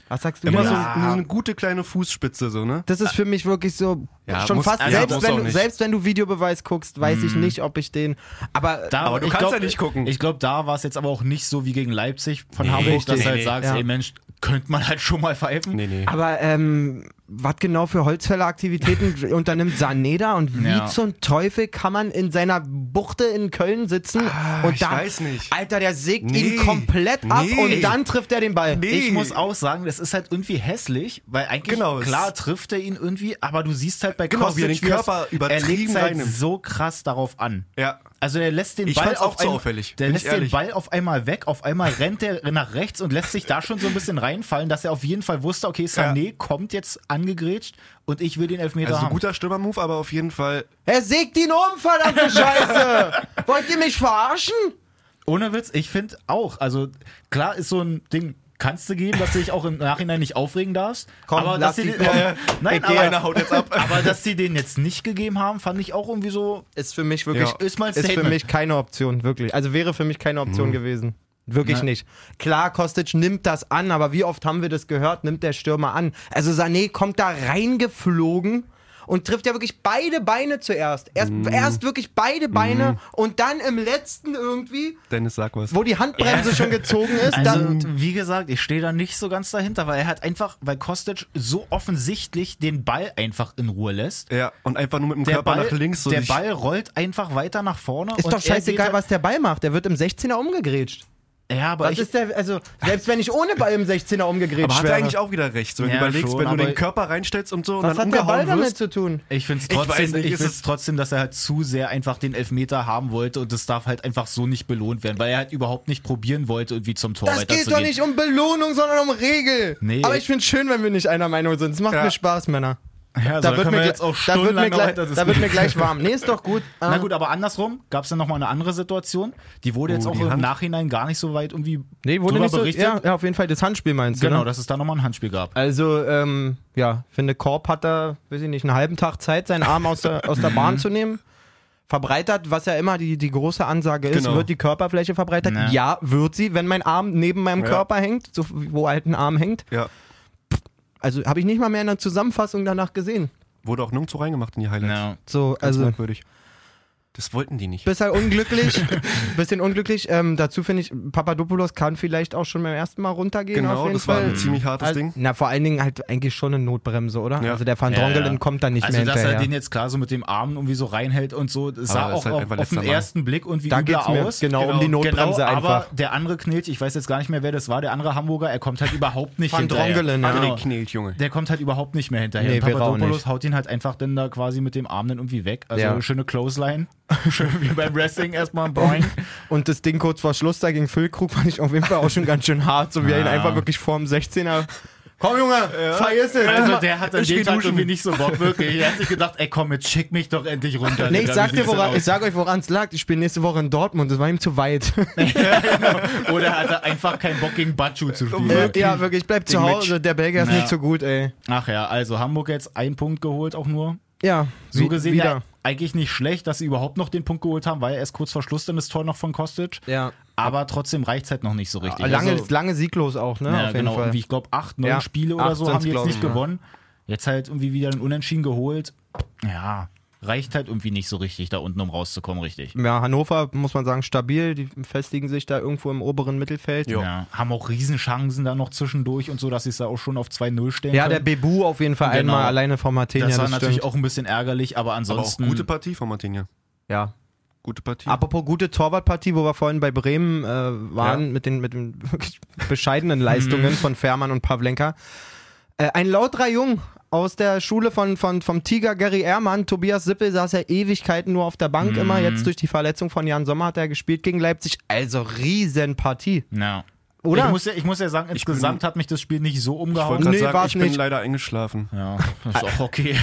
Was sagst du?
immer so,
Ja.
eine- so eine gute kleine Fußspitze, so, ne?
Das ist für mich wirklich so
Ja,
schon
muss-
fast
ja,
selbst,
muss
wenn
auch
du,
nicht. Mhm.
selbst wenn du Videobeweis guckst, weiß ich nicht, ob ich den. Aber
Da,
Aber du
ich
kannst ja nicht gucken.
Ich glaube, da war es jetzt aber auch nicht so wie gegen Leipzig von Hamburg, dass
richtig.
du halt
Nee,
sagst,
nee.
ey Mensch, könnte man halt schon mal pfeifen.
nee.
Aber ähm, was genau für
(laughs)
Holzfälleraktivitäten unternimmt Sané da und wie
Ja.
zum Teufel kann man in seiner Buchte in Köln sitzen und
Ah, ich
da,
weiß nicht.
Alter, der sägt ihn
Nee.
komplett ab
Nee.
und dann trifft er den Ball.
Ich muss auch sagen, das ist halt irgendwie hässlich, weil eigentlich
Genau, es-
klar trifft er ihn irgendwie, aber du siehst halt bei
Genau,
Kostic,
wie er den
das-
Körper
er legt
übertrieben
es halt
reinnimmt.
so krass darauf an.
Ja.
Also er lässt den
Ich
Ball
fand's auch
auf
zu
ein-
auffällig,
Der
bin
lässt
ich
den
ehrlich.
Ball auf einmal weg, auf einmal rennt er (laughs) nach rechts und lässt sich da schon so ein bisschen reinfallen, dass er auf jeden Fall wusste, okay, Sané kommt jetzt angegrätscht und ich will den Elfmeter
Also ein
haben.
guter Stürmermove, aber auf jeden Fall.
Er sägt ihn um,
(laughs)
verdammte Scheiße! Wollt ihr mich verarschen?
Ohne Witz, ich finde auch. Also klar ist so ein Ding, kannst du geben, dass du dich auch im Nachhinein nicht aufregen darfst.
Komm,
aber dass
lass
sie
die-
den-
komm.
äh, nein, aber,
einer haut jetzt ab.
(laughs) aber dass sie den jetzt nicht gegeben haben, fand ich auch irgendwie so.
Ist für mich wirklich,
Ja. Ist mein
ist für
Statement.
mich keine Option, wirklich. Also wäre für mich keine Option gewesen. Wirklich nicht. Klar, Kostic nimmt das an, aber wie oft haben wir das gehört, nimmt der Stürmer an. Also Sané kommt da reingeflogen und trifft ja wirklich beide Beine zuerst. Erst, erst wirklich beide Beine und dann im letzten irgendwie,
Dennis, sag was.
wo die Handbremse schon gezogen ist,
Also,
dann
wie gesagt, ich stehe da nicht so ganz dahinter, weil er hat einfach, weil Kostic so offensichtlich den Ball einfach in Ruhe lässt.
Ja, und einfach nur mit dem
Der,
Körper
Ball,
nach links. So
der
sich-
Ball rollt einfach weiter nach vorne.
ist
und
doch
er geht
scheißegal,
halt-
was der Ball macht. Der wird im 16er umgegrätscht.
Ja, aber
Was
ich,
ist der, also, selbst wenn ich ohne Ball im 16er
aber
umgegrätscht
hat er
wäre.
eigentlich auch wieder recht. So, wenn
Ja,
du überlegst,
schon,
wenn du
aber-
den Körper reinstellst und so und
Was
dann
hat der Ball
umgehauen
damit
wirst.
zu tun?
Ich finde es
Ich
trotzdem,
weiß nicht,
ich
ist
find's
es-
trotzdem, dass er halt zu sehr einfach den Elfmeter haben wollte und das darf halt einfach so nicht belohnt werden, weil er halt überhaupt nicht probieren wollte, irgendwie zum Tor
Das geht doch
weiterzugehen.
nicht um Belohnung, sondern um Regel.
Nee.
Aber ich finde schön, wenn wir nicht einer Meinung sind. Es macht
Ja.
mir Spaß, Männer.
Ja, also
Da
da
wird
können
mir
wir
gl-
jetzt auch
da wird mir
stundenlang noch
gleich-
weiter
da wird mir
(laughs)
diskutieren.
gleich warm. Nee, ist doch gut.
(laughs) Na
Ah.
gut, aber andersrum gab es dann nochmal eine andere Situation. Die wurde jetzt
Oh,
auch
die
im
Hand.
Nachhinein gar nicht so weit irgendwie
Nee, wurde
drüber
nicht so,
berichtet.
ja, ja, auf jeden Fall das Handspiel meinst du,
Genau,
ne?
dass es da nochmal ein Handspiel gab.
Also, ähm, ja, finde, Korb hat da, weiß ich nicht, einen halben Tag Zeit, seinen Arm aus der, aus
(laughs)
der Bahn zu nehmen. Verbreitert, was ja immer die, die große Ansage ist,
Genau.
wird die Körperfläche verbreitert?
Nee.
Ja, wird sie, wenn mein Arm neben meinem
Ja.
Körper hängt, so, wo halt ein Arm hängt.
Ja,
Also habe ich nicht mal mehr in der Zusammenfassung danach gesehen.
wurde auch nirgendwo reingemacht in die Highlights.
Ja.
So,
Ganz
also
merkwürdig. Das wollten die nicht.
Bisschen halt unglücklich. (laughs) bisschen unglücklich. Ähm, dazu finde ich, Papadopoulos kann vielleicht auch schon beim ersten Mal runtergehen. auf
Genau,
jeden
das war
Fall.
ein ziemlich hartes
also,
Ding.
Na, vor allen Dingen halt eigentlich schon eine Notbremse, oder?
Ja.
Also der Van
Ja,
Drongelen
ja.
kommt dann nicht
also,
mehr
dass er
hinterher.
den jetzt klar so mit dem Arm irgendwie so reinhält und so, das sah
Aber das
auch
ist halt
auf,
einfach
auf den
letzter Mann.
ersten Blick irgendwie
da
übler
geht's mir
aus.
genau, um die Notbremse
genau,
einfach.
Aber der andere Knilch, ich weiß jetzt gar nicht mehr, wer das war, der andere Hamburger, er kommt halt überhaupt nicht
Van
hinterher.
Drongelen, ja.
Genau.
Knält, Junge.
Der kommt halt überhaupt nicht mehr hinterher.
Nee,
Und
wäre auch
Papadopoulos
nicht.
haut ihn halt einfach dann da quasi mit dem Arm dann irgendwie weg. Also
Ja.
schöne Clothesline. (laughs) Schön wie beim Wrestling erstmal ein
(laughs)
Boing.
Und das Ding kurz vor Schluss da gegen Füllkrug fand ich auf jeden Fall auch schon ganz schön hart, so wie er ihn einfach wirklich vorm 16er. Komm, Junge, vergiss es.
Also der hat an
Ich
dem
geh
Tag
duschen.
irgendwie nicht so Bock, wirklich. Er hat sich gedacht, ey komm, jetzt schick mich doch endlich runter.
Nee, ich
Digga,
sag,
wie
dir,
sieht's denn
woran,
aus?
ich sag euch, woran es lag. Ich bin nächste Woche in Dortmund. Das war ihm
(laughs)
zu weit.
Oder er hatte einfach keinen Bock gegen Batschu zu spielen.
Äh, ja, wirklich. Bleib zu
Gegen
Hause. Der Belgier ist
Ja.
nicht so gut, ey.
Ach ja, also Hamburg jetzt einen Punkt geholt auch nur.
Ja,
So
wie-
gesehen
wieder.
ja eigentlich nicht schlecht, dass sie überhaupt noch den Punkt geholt haben, weil erst kurz vor Schluss dann das Tor noch von Kostic.
Ja.
Aber trotzdem reicht es halt noch nicht so richtig.
lange,
Also-
lange sieglos auch, ne?
Ja,
auf jeden
genau.
Fall.
Irgendwie, ich glaube, acht, neun
Ja,
Spiele
acht
oder so haben
sind's,
die jetzt
glaub
nicht
ich, ja.
gewonnen. Jetzt halt irgendwie wieder ein Unentschieden geholt. Ja, reicht halt irgendwie nicht so richtig da unten, um rauszukommen, richtig.
ja, Hannover, muss man sagen, stabil. Die festigen sich da irgendwo im oberen Mittelfeld. Ja,
Ja, haben auch Riesenchancen da noch zwischendurch und so, dass sie es da auch schon auf 2-0 stellen
der
können.
Bebu auf jeden Fall
Genau.
einmal alleine vom Athen.
das
ja,
war
das
natürlich
stimmt.
auch ein bisschen ärgerlich, aber
Aber auch
ansonsten.
gute Partie von Martinia.
Ja.
Gute Partie.
Apropos gute Torwartpartie, wo wir vorhin bei Bremen äh, waren,
Ja.
mit den mit den (laughs) wirklich bescheidenen
Mhm.
Leistungen von Fährmann und Pavlenka. Äh, ein lauterer Jung aus der Schule von, von, vom Tiger Gary Ehrmann, Tobias Sippel, saß er Ewigkeiten nur auf der Bank immer.
Mhm.
Jetzt durch die Verletzung von Jan Sommer hat er gespielt gegen Leipzig. Also Riesenpartie,
ja.
oder?
Ich muss, ja, ich muss ja sagen, insgesamt hat mich das Spiel nicht so
ich wollte
umgehauen.
gerade
Nee,
sagen,
war's
ich bin
nicht.
leider eingeschlafen.
Ja, ist auch okay.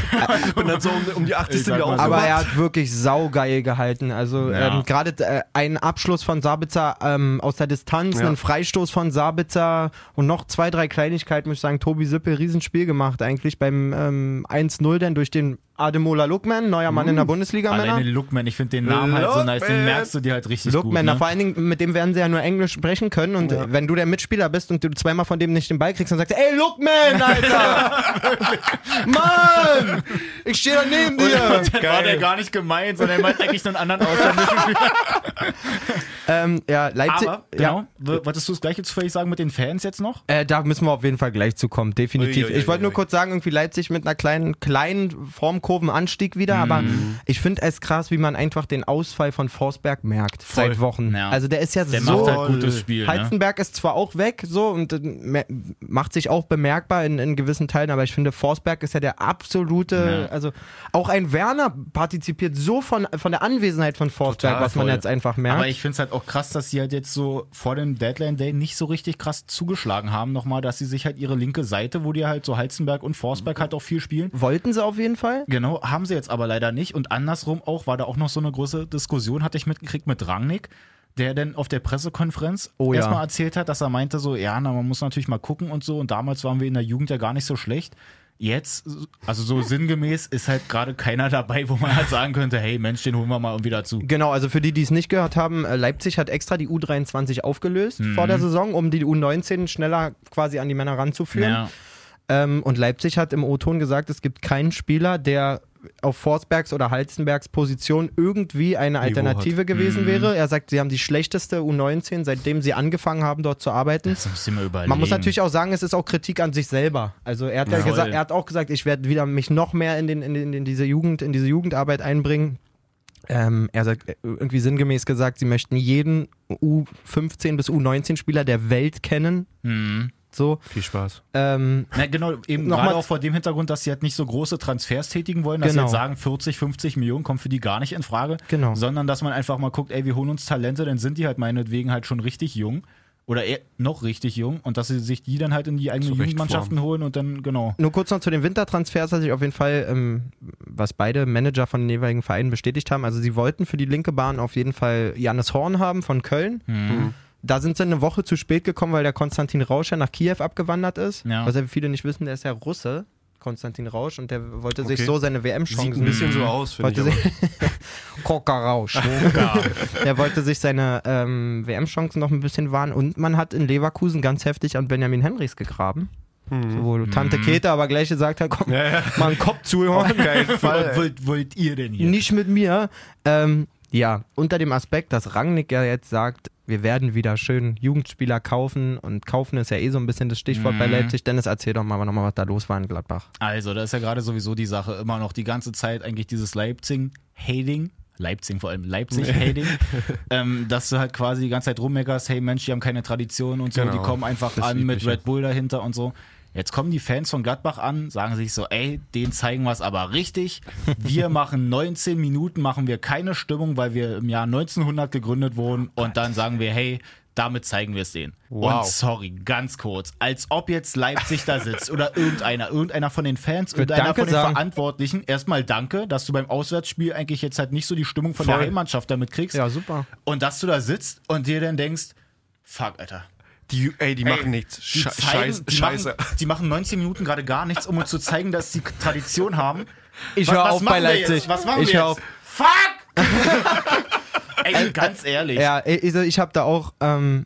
Ich bin dann so um, um die 80.
Ich sag
wieder
mal so.
aufgewacht.
Aber er hat wirklich saugeil gehalten. Also
Also Ja.
ähm, gerade äh, ein Abschluss von Sabitzer ähm, aus der Distanz,
Ja.
ein Freistoß von Sabitzer und noch zwei, drei Kleinigkeiten, muss ich sagen. Tobi Sippe, Riesenspiel gemacht eigentlich beim ähm, 1-0 denn durch den Ademola Lookman, neuer Mann in der Bundesliga, Männer.
(laughs) Hm. Alleine Lookman, ich finde den Namen halt so nice, den
Lookman.
merkst du dir halt richtig
Look,
gut.
man,
ne? (laughs)
na, vor allen Dingen, mit dem werden sie ja nur Englisch sprechen können. Und äh, wenn du der Mitspieler bist und du zweimal von dem nicht den Ball kriegst, dann sagst du, ey,
(laughs)
Lookman, Alter! Mann! Ich stehe da
(laughs)
neben dir!
Dann war der gar nicht gemeint, sondern er meint eigentlich einen anderen Ausländischen.
(laughs) ähm, ja, Leipzig.
Aber,
ja.
genau, w- wolltest du das gleiche zufällig sagen mit den Fans jetzt noch?
Äh, da müssen wir auf jeden Fall gleich zu kommen, definitiv.
Uiuiui.
ich wollte nur kurz sagen, irgendwie Leipzig mit einer kleinen, kleinen Formkurvenanstieg wieder, aber
Mhm.
ich finde es krass, wie man einfach den Ausfall von Forsberg merkt seit Wochen.
Ja.
Also der ist ja
Der
so
macht halt gutes Spiel. Ne?
Heizenberg ist zwar auch weg, so und äh, mer- macht sich auch bemerkbar in, in gewissen Teilen, aber ich finde, Forsberg ist ja der absolute,
Ja.
also auch ein Werner partizipiert so von, von der Anwesenheit von Forsberg,
Total
was man
voll.
jetzt einfach
Aber
merkt.
ich finde es halt auch krass, dass sie halt jetzt so vor dem Deadline Day nicht so richtig krass zugeschlagen haben, nochmal, dass sie sich halt ihre linke Seite, wo die halt so Heizenberg und Forsberg halt auch viel spielen.
Wollten sie auf jeden Fall?
Genau, haben sie jetzt aber leider nicht. Und andersrum auch war da auch noch so eine große Diskussion, hatte ich mitgekriegt mit Rangnick, der dann auf der Pressekonferenz
Oh ja.
erstmal erzählt hat, dass er meinte so, ja, na, man muss natürlich mal gucken und so. Und damals waren wir in der Jugend ja gar nicht so schlecht. Jetzt, also so sinngemäß, ist halt gerade keiner dabei, wo man halt sagen könnte, hey Mensch, den holen wir mal irgendwie dazu.
Genau, also für die, die es nicht gehört haben, äh, Leipzig hat extra die U23 aufgelöst vor der Saison, um die U19 schneller quasi an die Männer ranzuführen.
Ja.
Ähm, und Leipzig hat im O-Ton gesagt, es gibt keinen Spieler, der auf Forsbergs oder Halzenbergs Position irgendwie eine Alternative gewesen wäre. Er sagt, sie haben die schlechteste U19, seitdem sie angefangen haben, dort zu arbeiten.
Das musst du mal überlegen.
Man muss natürlich auch sagen, es ist auch Kritik an sich selber. Also er hat ja
Voll.
gesagt, er hat auch gesagt, ich werde wieder mich noch mehr in, den, in, den, in diese Jugend, in diese Jugendarbeit einbringen. Ähm, er sagt äh, irgendwie sinngemäß gesagt, sie möchten jeden U15 bis U19 Spieler der Welt kennen. So.
Viel Spaß.
Ähm,
Na genau, eben
Nochmal-
gerade auch vor dem Hintergrund, dass sie halt nicht so große Transfers tätigen wollen, dass
Genau.
sie halt sagen, 40, 50 Millionen kommen für die gar nicht in Frage,
Genau.
sondern dass man einfach mal guckt, ey, wir holen uns Talente, dann sind die halt meinetwegen halt schon richtig jung oder eher noch richtig jung und dass sie sich die dann halt in die eigenen Jugendmannschaften holen und dann, genau.
nur kurz noch zu den Wintertransfers, dass ich auf jeden Fall, ähm, was beide Manager von den jeweiligen Vereinen bestätigt haben, also sie wollten für die linke Bahn auf jeden Fall Janis Horn haben von Köln.
Mhm.
Da sind sie eine Woche zu spät gekommen, weil der Konstantin Rausch ja nach Kiew abgewandert ist.
Ja.
Was ja viele nicht wissen, der ist ja Russe, Konstantin Rausch, und der wollte sich
Okay.
so seine
Sieht
WM-Chancen.
ein
Mhm.
bisschen so aus, finde
wollte
ich. aber.
sich (laughs) Koka Rausch. ne? (laughs) der wollte sich seine ähm, WM-Chancen noch ein bisschen wahren und man hat in Leverkusen ganz heftig an Benjamin Henrichs gegraben. Sowohl Tante Käthe aber gleich gesagt hat, komm, (laughs) mal einen Kopf (laughs) zuhören.
Was wollt, wollt ihr denn hier?
Nicht mit mir. Ähm, ja, unter dem Aspekt, dass Rangnick ja jetzt sagt, wir werden wieder schön Jugendspieler kaufen und kaufen ist ja eh so ein bisschen das Stichwort bei Leipzig. Dennis, erzähl doch mal nochmal, was da los war in Gladbach.
Also, da ist ja gerade sowieso die Sache immer noch die ganze Zeit eigentlich dieses Leipzig-Hating. Leipzig vor allem, Leipzig-Hating, ähm, dass du halt quasi die ganze Zeit rummeckerst, hey Mensch, die haben keine Tradition und so, die kommen einfach an mit Red Bull dahinter und so. Jetzt kommen die Fans von Gladbach an, sagen sich so, ey, den zeigen wir es aber richtig. Wir machen 19 Minuten, machen wir keine Stimmung, weil wir im Jahr 1900 gegründet wurden und dann sagen wir, hey, damit zeigen wir es denen. Und sorry, ganz kurz, als ob jetzt Leipzig da sitzt oder irgendeiner, irgendeiner von den Fans,
würd
irgendeiner
Danke
von den
sagen.
Verantwortlichen. Erstmal danke, dass du beim Auswärtsspiel eigentlich jetzt halt nicht so die Stimmung von der Heimmannschaft damit kriegst.
super.
Und dass du da sitzt und dir dann denkst, fuck, Alter.
Die, ey, die machen nichts.
Die,
Sche
zeigen,
Scheiß-
die,
Scheiße.
Machen, die machen 19 Minuten gerade gar nichts, um uns zu zeigen, dass sie Tradition haben.
Ich
Was-
höre
was
auf
machen
bei
wir jetzt?
Leipzig.
Was machen
ich
wir
hör
jetzt?
auf.
Fuck!
(laughs)
Ey, ganz ehrlich.
Ja, ich, ich habe da auch, ähm,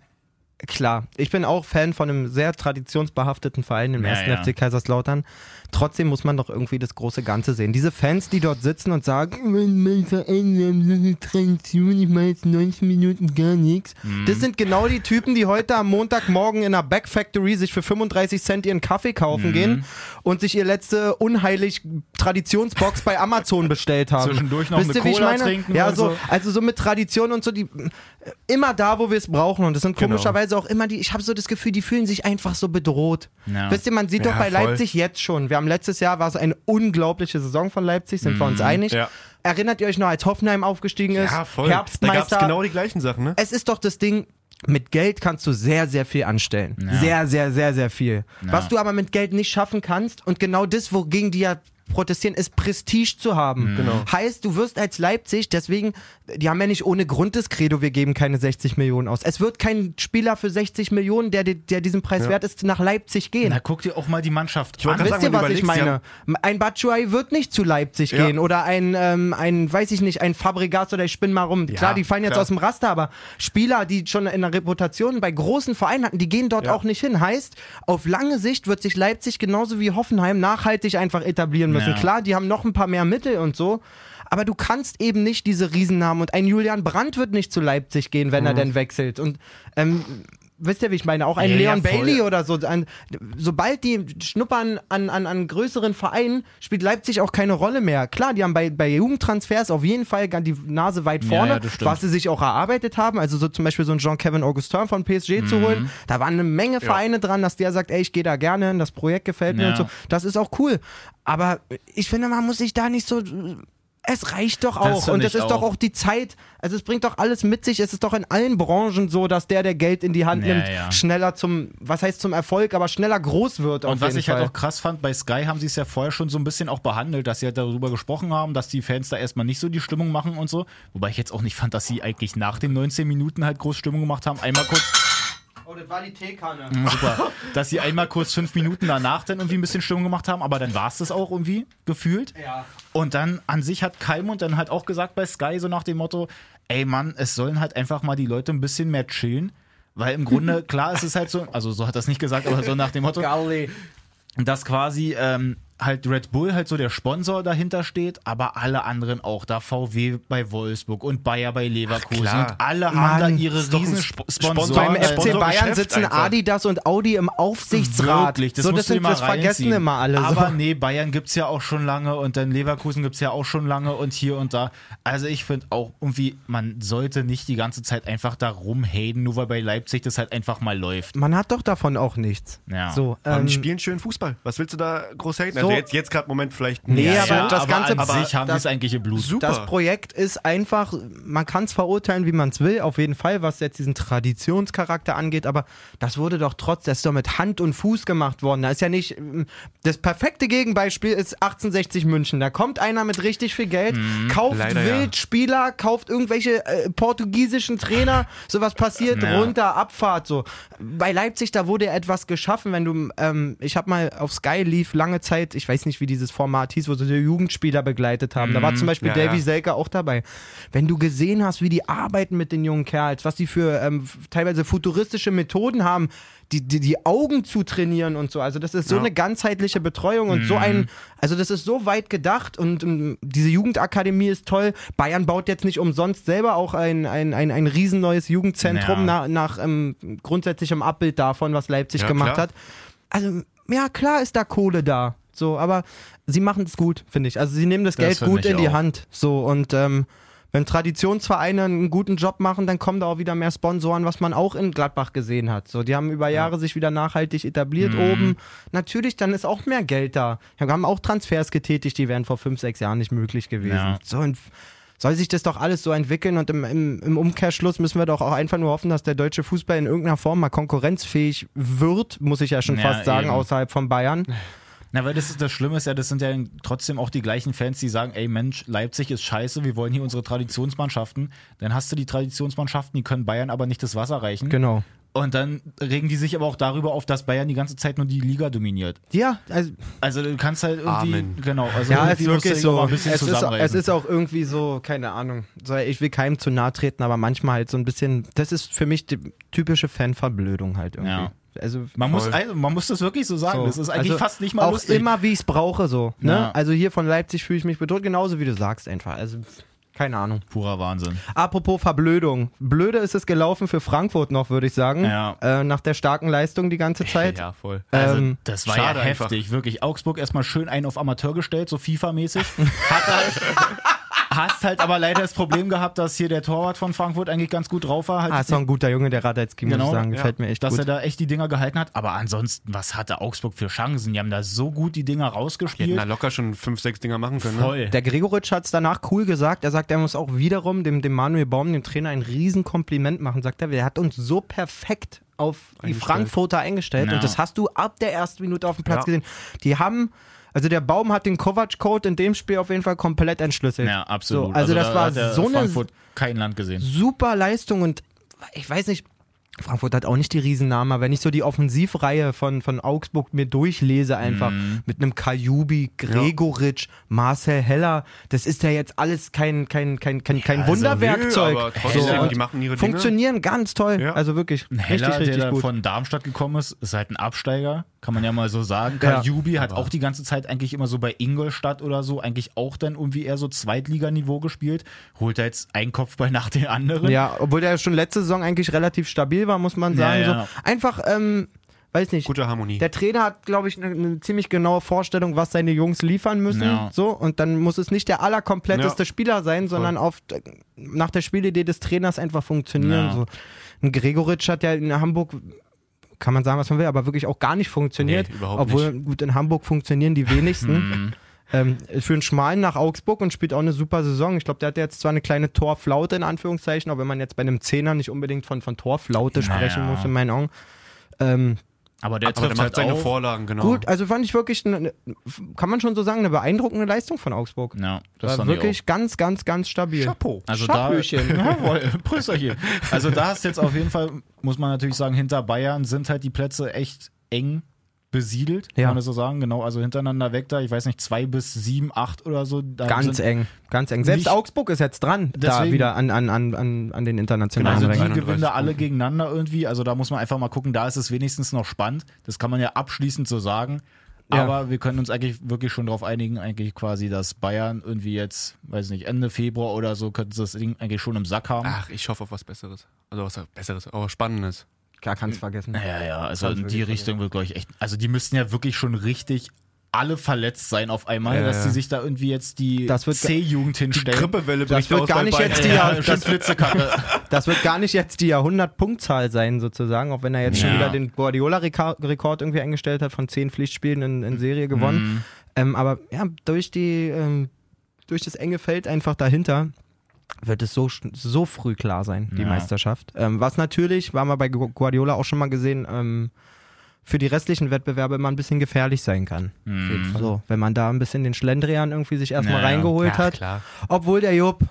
klar, ich bin auch Fan von einem sehr traditionsbehafteten Verein, dem
Ja,
ersten
ja.
FC Kaiserslautern. Trotzdem muss man doch irgendwie das große Ganze sehen. Diese Fans, die dort sitzen und sagen, mein, mein Verein, wir haben so eine Tradition, ich mache jetzt 90 Minuten gar nichts.
Mhm.
Das sind genau die Typen, die heute am Montagmorgen in einer Back Factory sich für 35 Cent ihren Kaffee kaufen
Mhm.
gehen und sich ihr letzte unheilig Traditionsbox bei Amazon bestellt haben.
Zwischendurch noch eine
ihr, wie ich
Cola
meine?
trinken
Ja,
und
so,
so.
also so mit Tradition und so, die immer da, wo wir es brauchen. Und das
Genau.
sind komischerweise auch immer die, ich habe so das Gefühl, die fühlen sich einfach so bedroht.
Ja.
Wisst ihr, man sieht doch bei Leipzig jetzt schon. Wir haben letztes Jahr, war es eine unglaubliche Saison von Leipzig, sind wir uns einig.
Mhm. Ja.
Erinnert ihr euch noch, als Hoffenheim aufgestiegen ist?
Ja, voll. Da gab
Herbstmeister. Äh,
es genau die gleichen Sachen, ne?
es ist doch das Ding, mit Geld kannst du sehr, sehr viel anstellen. Sehr, sehr, sehr, sehr viel. Was du aber mit Geld nicht schaffen kannst und genau das, wogegen die ja protestieren, ist Prestige zu haben. Genau. Heißt, du wirst als Leipzig, deswegen, die haben ja nicht ohne Grund das Credo, wir geben keine 60 Millionen aus. Es wird kein Spieler für 60 Millionen, der, der diesen Preis wert ist, nach Leipzig gehen.
Na, guck dir auch mal die Mannschaft
wollte
an.
gerade
Wisst ihr,
sagen, wenn
was
du
ich
überlegst,
meine? Ein Batshuayi wird nicht zu Leipzig
Ja.
gehen oder ein, ähm, ein, weiß ich nicht, ein Fabregas oder ich spinne mal rum. klar, die fallen jetzt
klar.
aus dem Raster, aber Spieler, die schon in der Reputation bei großen Vereinen hatten, die gehen dort auch nicht hin. Heißt, auf lange Sicht wird sich Leipzig genauso wie Hoffenheim nachhaltig einfach etablieren müssen.
Ja.
Klar, die haben noch ein paar mehr Mittel und so. Aber du kannst eben nicht diese Riesennamen und ein Julian Brandt wird nicht zu Leipzig gehen, wenn
Mhm.
er denn wechselt. Und ähm, wisst ihr, wie ich meine? Auch ein
Ja, ja,
Leon
voll.
Bailey oder so. Ein, sobald die schnuppern an, an, an größeren Vereinen, spielt Leipzig auch keine Rolle mehr. Klar, die haben bei, bei Jugendtransfers auf jeden Fall ganz die Nase weit vorne,
ja, das stimmt.
was sie sich auch erarbeitet haben. Also so zum Beispiel so ein Jean-Kevin Augustin von PSG
Mhm.
zu holen. Da waren eine Menge Vereine dran, dass der sagt, ey, ich gehe da gerne hin, das Projekt gefällt mir
Ja.
und so. Das ist auch cool. Aber ich finde, man muss sich da nicht so es reicht doch
Das
auch.
finde
Und das
ich
ist doch
auch.
auch die Zeit. Also es bringt doch alles mit sich. Es ist doch in allen Branchen so, dass der, der Geld in die Hand
Ja,
nimmt,
ja.
schneller zum, was heißt zum Erfolg, aber schneller groß wird. auf
Und was
jeden
ich
Fall.
halt auch krass fand, bei Sky haben sie es ja vorher schon so ein bisschen auch behandelt, dass sie halt darüber gesprochen haben, dass die Fans da erstmal nicht so die Stimmung machen und so. Wobei ich jetzt auch nicht fand, dass sie eigentlich nach den 19 Minuten halt groß Stimmung gemacht haben. Einmal
(laughs)
kurz,
Oh, das war die (laughs) Teekanne.
super, dass sie einmal kurz fünf Minuten danach dann irgendwie ein bisschen Stimmung gemacht haben, aber dann war es das auch irgendwie gefühlt.
Ja.
Und dann an sich hat Kalmund dann halt auch gesagt bei Sky so nach dem Motto, ey Mann, es sollen halt einfach mal die Leute ein bisschen mehr chillen. Weil im Grunde,
(laughs)
klar, es ist halt so, also so hat er es nicht gesagt, aber so nach dem Motto,
Golly.
dass quasi ähm, halt Red Bull halt so der Sponsor dahinter steht, aber alle anderen auch. Da VW bei Wolfsburg und Bayer bei Leverkusen
klar.
und alle haben
Mann,
da ihre
doch ein
riesen
Sp-
Sp
Sponsor.
Sponsoren. Also
Beim
Sponsor-
FC Bayern
Geschäft
sitzen
einfach.
Adidas und Audi im Aufsichtsrat.
Wirklich, das
so,
musst
das,
du dir
sind,
mal
das vergessen
reinziehen.
immer alle.
Aber
so.
nee, Bayern gibt's ja auch schon lange und dann Leverkusen gibt's ja auch schon lange und hier und da. Also ich finde auch irgendwie, man sollte nicht die ganze Zeit einfach da rumhaten, nur weil bei Leipzig das halt einfach mal läuft.
Man hat doch davon auch nichts.
Ja.
So,
Ähm,
ähm,
die spielen schön Fußball. Was willst du da groß haten?
So.
also jetzt, jetzt gerade im Moment vielleicht
Nee, aber das Ganze-
an sich haben
das-
sie es eigentlich im Blut.
super.
Das Projekt ist einfach, man kann es verurteilen, wie man es will, auf jeden Fall, was jetzt diesen Traditionscharakter angeht, aber das wurde doch trotz, das ist doch mit Hand und Fuß gemacht worden. Da ist ja nicht, ähm, das perfekte Gegenbeispiel ist 1860 München. Da kommt einer mit richtig viel Geld, kauft
leider ja.
wild Spieler, kauft irgendwelche äh, portugiesischen
(laughs)
Trainer, sowas passiert, runter, Abfahrt, so. Bei Leipzig, da wurde etwas geschaffen, wenn du, ähm, ich habe mal auf Sky lief lange Zeit, ich weiß nicht, wie dieses Format hieß, wo sie die Jugendspieler begleitet haben. Da war zum Beispiel
Mhm. Ja,
Davy
ja.
Selke auch dabei. Wenn du gesehen hast, wie die arbeiten mit den jungen Kerls, was die für ähm, f- teilweise futuristische Methoden haben, die, die, die Augen zu trainieren und so. Also das ist so eine ganzheitliche Betreuung und so ein, also das ist so weit gedacht und ähm, diese Jugendakademie ist toll. Bayern baut jetzt nicht umsonst selber auch ein, ein, ein, ein riesen neues Jugendzentrum
Ja.
nach, nach ähm, grundsätzlichem Abbild davon, was Leipzig
Ja,
gemacht
klar.
hat. Also ja, klar ist da Kohle da. So, aber sie machen es gut, finde ich. Also sie nehmen das,
Das
Geld
find
gut
ich
in die
auch.
Hand. So und ähm, wenn Traditionsvereine einen guten Job machen, dann kommen da auch wieder mehr Sponsoren, was man auch in Gladbach gesehen hat. So, die haben über Jahre sich wieder nachhaltig
Mhm.
etabliert oben. Natürlich, dann ist auch mehr Geld da. Wir haben auch Transfers getätigt, die wären vor fünf, sechs Jahren nicht möglich gewesen.
Ja.
So und f- soll sich das doch alles so entwickeln und im, im, im Umkehrschluss müssen wir doch auch einfach nur hoffen, dass der deutsche Fußball in irgendeiner Form mal konkurrenzfähig wird, muss ich ja schon
Ja,
fast sagen,
eben.
außerhalb
(laughs)
von Bayern.
Na, weil das ist das Schlimme ist ja, das sind ja trotzdem auch die gleichen Fans, die sagen, ey Mensch, Leipzig ist scheiße, wir wollen hier unsere Traditionsmannschaften. Dann hast du die Traditionsmannschaften, die können Bayern aber nicht das Wasser reichen.
Genau.
Und dann regen die sich aber auch darüber auf, dass Bayern die ganze Zeit nur die Liga dominiert.
Ja, also
Also du kannst halt irgendwie,
Amen.
genau, also
Ja, es
irgendwie musst
ist
du
wirklich
dich auch mal
so.
ein bisschen
Es ist,
zusammenreißen.
es ist auch irgendwie so, keine Ahnung. So, Ich will keinem zu nahe treten, aber manchmal halt so ein bisschen. Das ist für mich die typische Fanverblödung halt irgendwie.
Ja.
Also
man muss, also, man muss das wirklich so sagen.
so.
Das ist eigentlich
Also
fast nicht mal
auch
lustig.
immer, wie ich es brauche, so. Ne?
Ja.
Also hier von Leipzig fühle ich mich bedroht, genauso wie du sagst einfach. Also keine Ahnung.
Purer Wahnsinn.
Apropos Verblödung. Blöde ist es gelaufen für Frankfurt noch, würde ich sagen.
Ja.
Äh, nach der starken Leistung die
(laughs)
ganze Zeit.
Ja, voll.
Also,
Ähm,
das war
schade
ja heftig, wirklich. Augsburg erstmal schön einen auf Amateur gestellt, so
(laughs)
FIFA-mäßig. Hat halt, hast halt aber leider das Problem gehabt, dass hier der Torwart von Frankfurt eigentlich ganz gut drauf war. Halt
Ah, ist doch ein guter Junge, der Radetzky, muss
Genau,
ich sagen.
ja.
Gefällt mir echt
dass
gut.
er da echt die Dinger gehalten hat. Aber ansonsten, was hatte Augsburg für Chancen? Die haben da so gut die Dinger rausgespielt.
Na, locker schon fünf, sechs Dinger machen können. Ne?
Voll.
Der Gregoritsch hat es danach cool gesagt. Er sagt, er muss auch wiederum dem, dem Manuel Baum, dem Trainer, ein Riesenkompliment machen. Sagt er, der hat uns so perfekt auf die
Eingestellt.
Frankfurter eingestellt.
Ja.
Und das hast du ab der ersten Minute auf dem Platz
Ja.
gesehen. Die haben Also der Baum hat den Kovac-Code in dem Spiel auf jeden Fall komplett entschlüsselt.
Ja, absolut.
So, also, das
da
war
hat der
so eine
Frankfurt kein Land gesehen.
super Leistung und ich weiß nicht, Frankfurt hat auch nicht die Riesennamen, aber wenn ich so die Offensivreihe von, von Augsburg mir durchlese, einfach
Mhm.
mit einem Kajubi, Gregoritsch, Marcel Heller, das ist ja jetzt alles kein, kein, kein, kein, kein Wunderwerkzeug.
also nö, aber trotzdem,
und
die machen ihre Dinge.
Funktionieren ganz toll.
Ja.
Also wirklich
Ein Heller,
richtig, richtig
der
gut.
da von Darmstadt gekommen ist, ist halt ein Absteiger, kann man ja mal so sagen.
Ja.
Kajubi hat auch die ganze Zeit eigentlich immer so bei Ingolstadt oder so, eigentlich auch dann irgendwie eher so Zweitliganiveau gespielt. Holt da jetzt einen Kopfball nach dem anderen.
ja, obwohl der schon letzte Saison eigentlich relativ stabil war, muss man sagen.
Ja, ja.
So. Einfach, ähm, weiß nicht.
Gute Harmonie.
Der Trainer hat, glaube ich, eine ne ziemlich genaue Vorstellung, was seine Jungs liefern müssen.
Ja.
So, und dann muss es nicht der allerkompletteste
Ja.
Spieler sein, sondern oft äh, nach der Spielidee des Trainers einfach funktionieren.
Ja.
So. Ein Gregoritsch hat ja in Hamburg, kann man sagen, was man will, aber wirklich auch gar nicht funktioniert.
Nee, überhaupt Hm.
obwohl, gut, in Hamburg funktionieren die
(laughs)
wenigsten. Ähm, für einen Schmalen nach Augsburg und spielt auch eine super Saison. Ich glaube, der hat jetzt zwar eine kleine Torflaute in Anführungszeichen, aber wenn man jetzt bei einem Zehner nicht unbedingt von, von Torflaute sprechen muss, in meinen Augen. Ähm,
Aber der
Aber der
trifft
macht
halt
seine
auch.
Vorlagen, genau.
Ah.
Gut, also fand ich wirklich, eine, eine- kann man schon so sagen, eine beeindruckende Leistung von Augsburg.
Ja, das
War
fand ich auch.
wirklich ganz, ganz, ganz stabil.
Chapeau.
Also
Schapöchen.
(laughs) da, jawohl,
(laughs)
Prösterchen. Also da hast jetzt auf jeden Fall, muss man natürlich sagen, hinter Bayern sind halt die Plätze echt eng besiedelt,
Ja.
kann man das so sagen. Genau, also hintereinander weg da, ich weiß nicht, zwei bis sieben, acht oder so. Da
Ganz
sind,
eng, ganz eng. Selbst
Nicht-
Augsburg ist jetzt dran, da
Deswegen-
wieder an, an, an, an, an den internationalen
Also die
Rängen.
gewinnen da
31
alle gegeneinander irgendwie. Also da muss man einfach mal gucken, da ist es wenigstens noch spannend. Das kann man ja abschließend so sagen.
Ja.
Aber wir können uns eigentlich wirklich schon darauf einigen, eigentlich quasi, dass Bayern irgendwie jetzt, weiß nicht, Ende Februar oder so, könnten sie das Ding eigentlich schon im Sack haben.
Ach, ich hoffe auf was Besseres. Also was Besseres, aber Spannendes.
Klar, kannst vergessen.
Ja, ja, also in die Richtung wird, glaube ich, echt. Also die müssten ja wirklich schon richtig alle verletzt sein auf einmal,
Ja,
dass
ja.
die sich da irgendwie jetzt die
Das wird-
C-Jugend hinstellen.
Grippewelle
Das
bricht
wird
aus
gar
bei
nicht
Bayern.
jetzt die,
Ja,
das,
schon Flitzekacke.
das wird gar nicht jetzt die Jahrhundert-Punktzahl sein, sozusagen, auch wenn er jetzt schon
Ja.
wieder den Guardiola-Rekord irgendwie eingestellt hat, von zehn Pflichtspielen in, in Serie gewonnen. Ähm, aber ja, durch die, ähm, durch das enge Feld einfach dahinter wird es so, schn- so früh klar sein, die
Ja.
Meisterschaft. Ähm, was natürlich, waren wir bei Gu- Guardiola auch schon mal gesehen, ähm, für die restlichen Wettbewerbe immer ein bisschen gefährlich sein kann. So, wenn man da ein bisschen den Schlendrian irgendwie sich erstmal
Ja, ja.
reingeholt
Ach,
hat.
klar.
Obwohl der Jupp,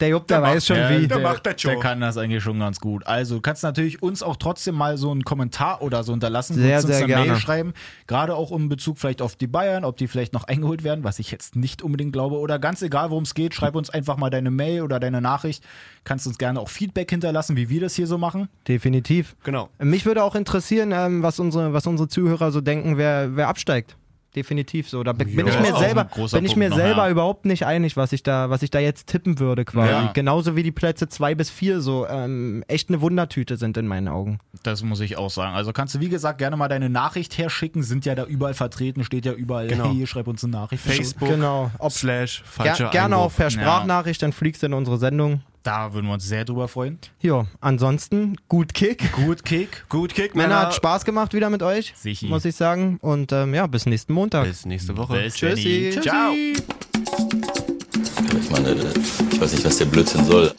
der Jupp, der,
Der
weiß
macht-
schon
Ja,
wie.
der macht das schon.
Der kann das eigentlich schon ganz gut. Also du kannst natürlich uns auch trotzdem mal so einen Kommentar oder so unterlassen,
Sehr,
kannst uns
sehr
eine Mail
gerne.
schreiben, gerade auch in Bezug vielleicht auf die Bayern, ob die vielleicht noch eingeholt werden, was ich jetzt nicht unbedingt glaube oder ganz egal, worum es geht, schreib uns einfach mal deine Mail oder deine Nachricht. Kannst uns gerne auch Feedback hinterlassen, wie wir das hier so machen.
Definitiv.
Genau.
Mich würde auch interessieren, ähm, was, unsere, was unsere Zuhörer so denken, wer, wer absteigt. Definitiv so. Da bin, bin
Ja,
ich
ist
mir
auch ein
selber,
großer
bin ich
Punkt
mir
noch,
selber
ja.
überhaupt nicht einig, was ich da, was ich da jetzt tippen würde, quasi.
Ja.
Genauso wie die Plätze 2 bis 4 so ähm, echt eine Wundertüte sind in meinen Augen.
Das muss ich auch sagen. Also kannst du, wie gesagt, gerne mal deine Nachricht herschicken. Sind ja da überall vertreten, steht ja überall.
Genau.
Hey, schreib uns eine Nachricht.
Facebook
Genau. Ob,
slash
ger
falscher
gerne auch
Einwurf.
per Sprachnachricht, dann fliegst du in unsere Sendung.
Da würden wir uns sehr drüber freuen.
Ja, ansonsten, gut Kick.
Gut Kick.
Gut Kick,
Männer,
Männer.
hat Spaß gemacht wieder mit euch,
Sichi.
muss ich sagen. Und ähm, ja, bis nächsten Montag.
Bis nächste Woche.
Bis
Tschüssi.
Ciao.
Ich meine, ich weiß nicht, was der Blödsinn soll.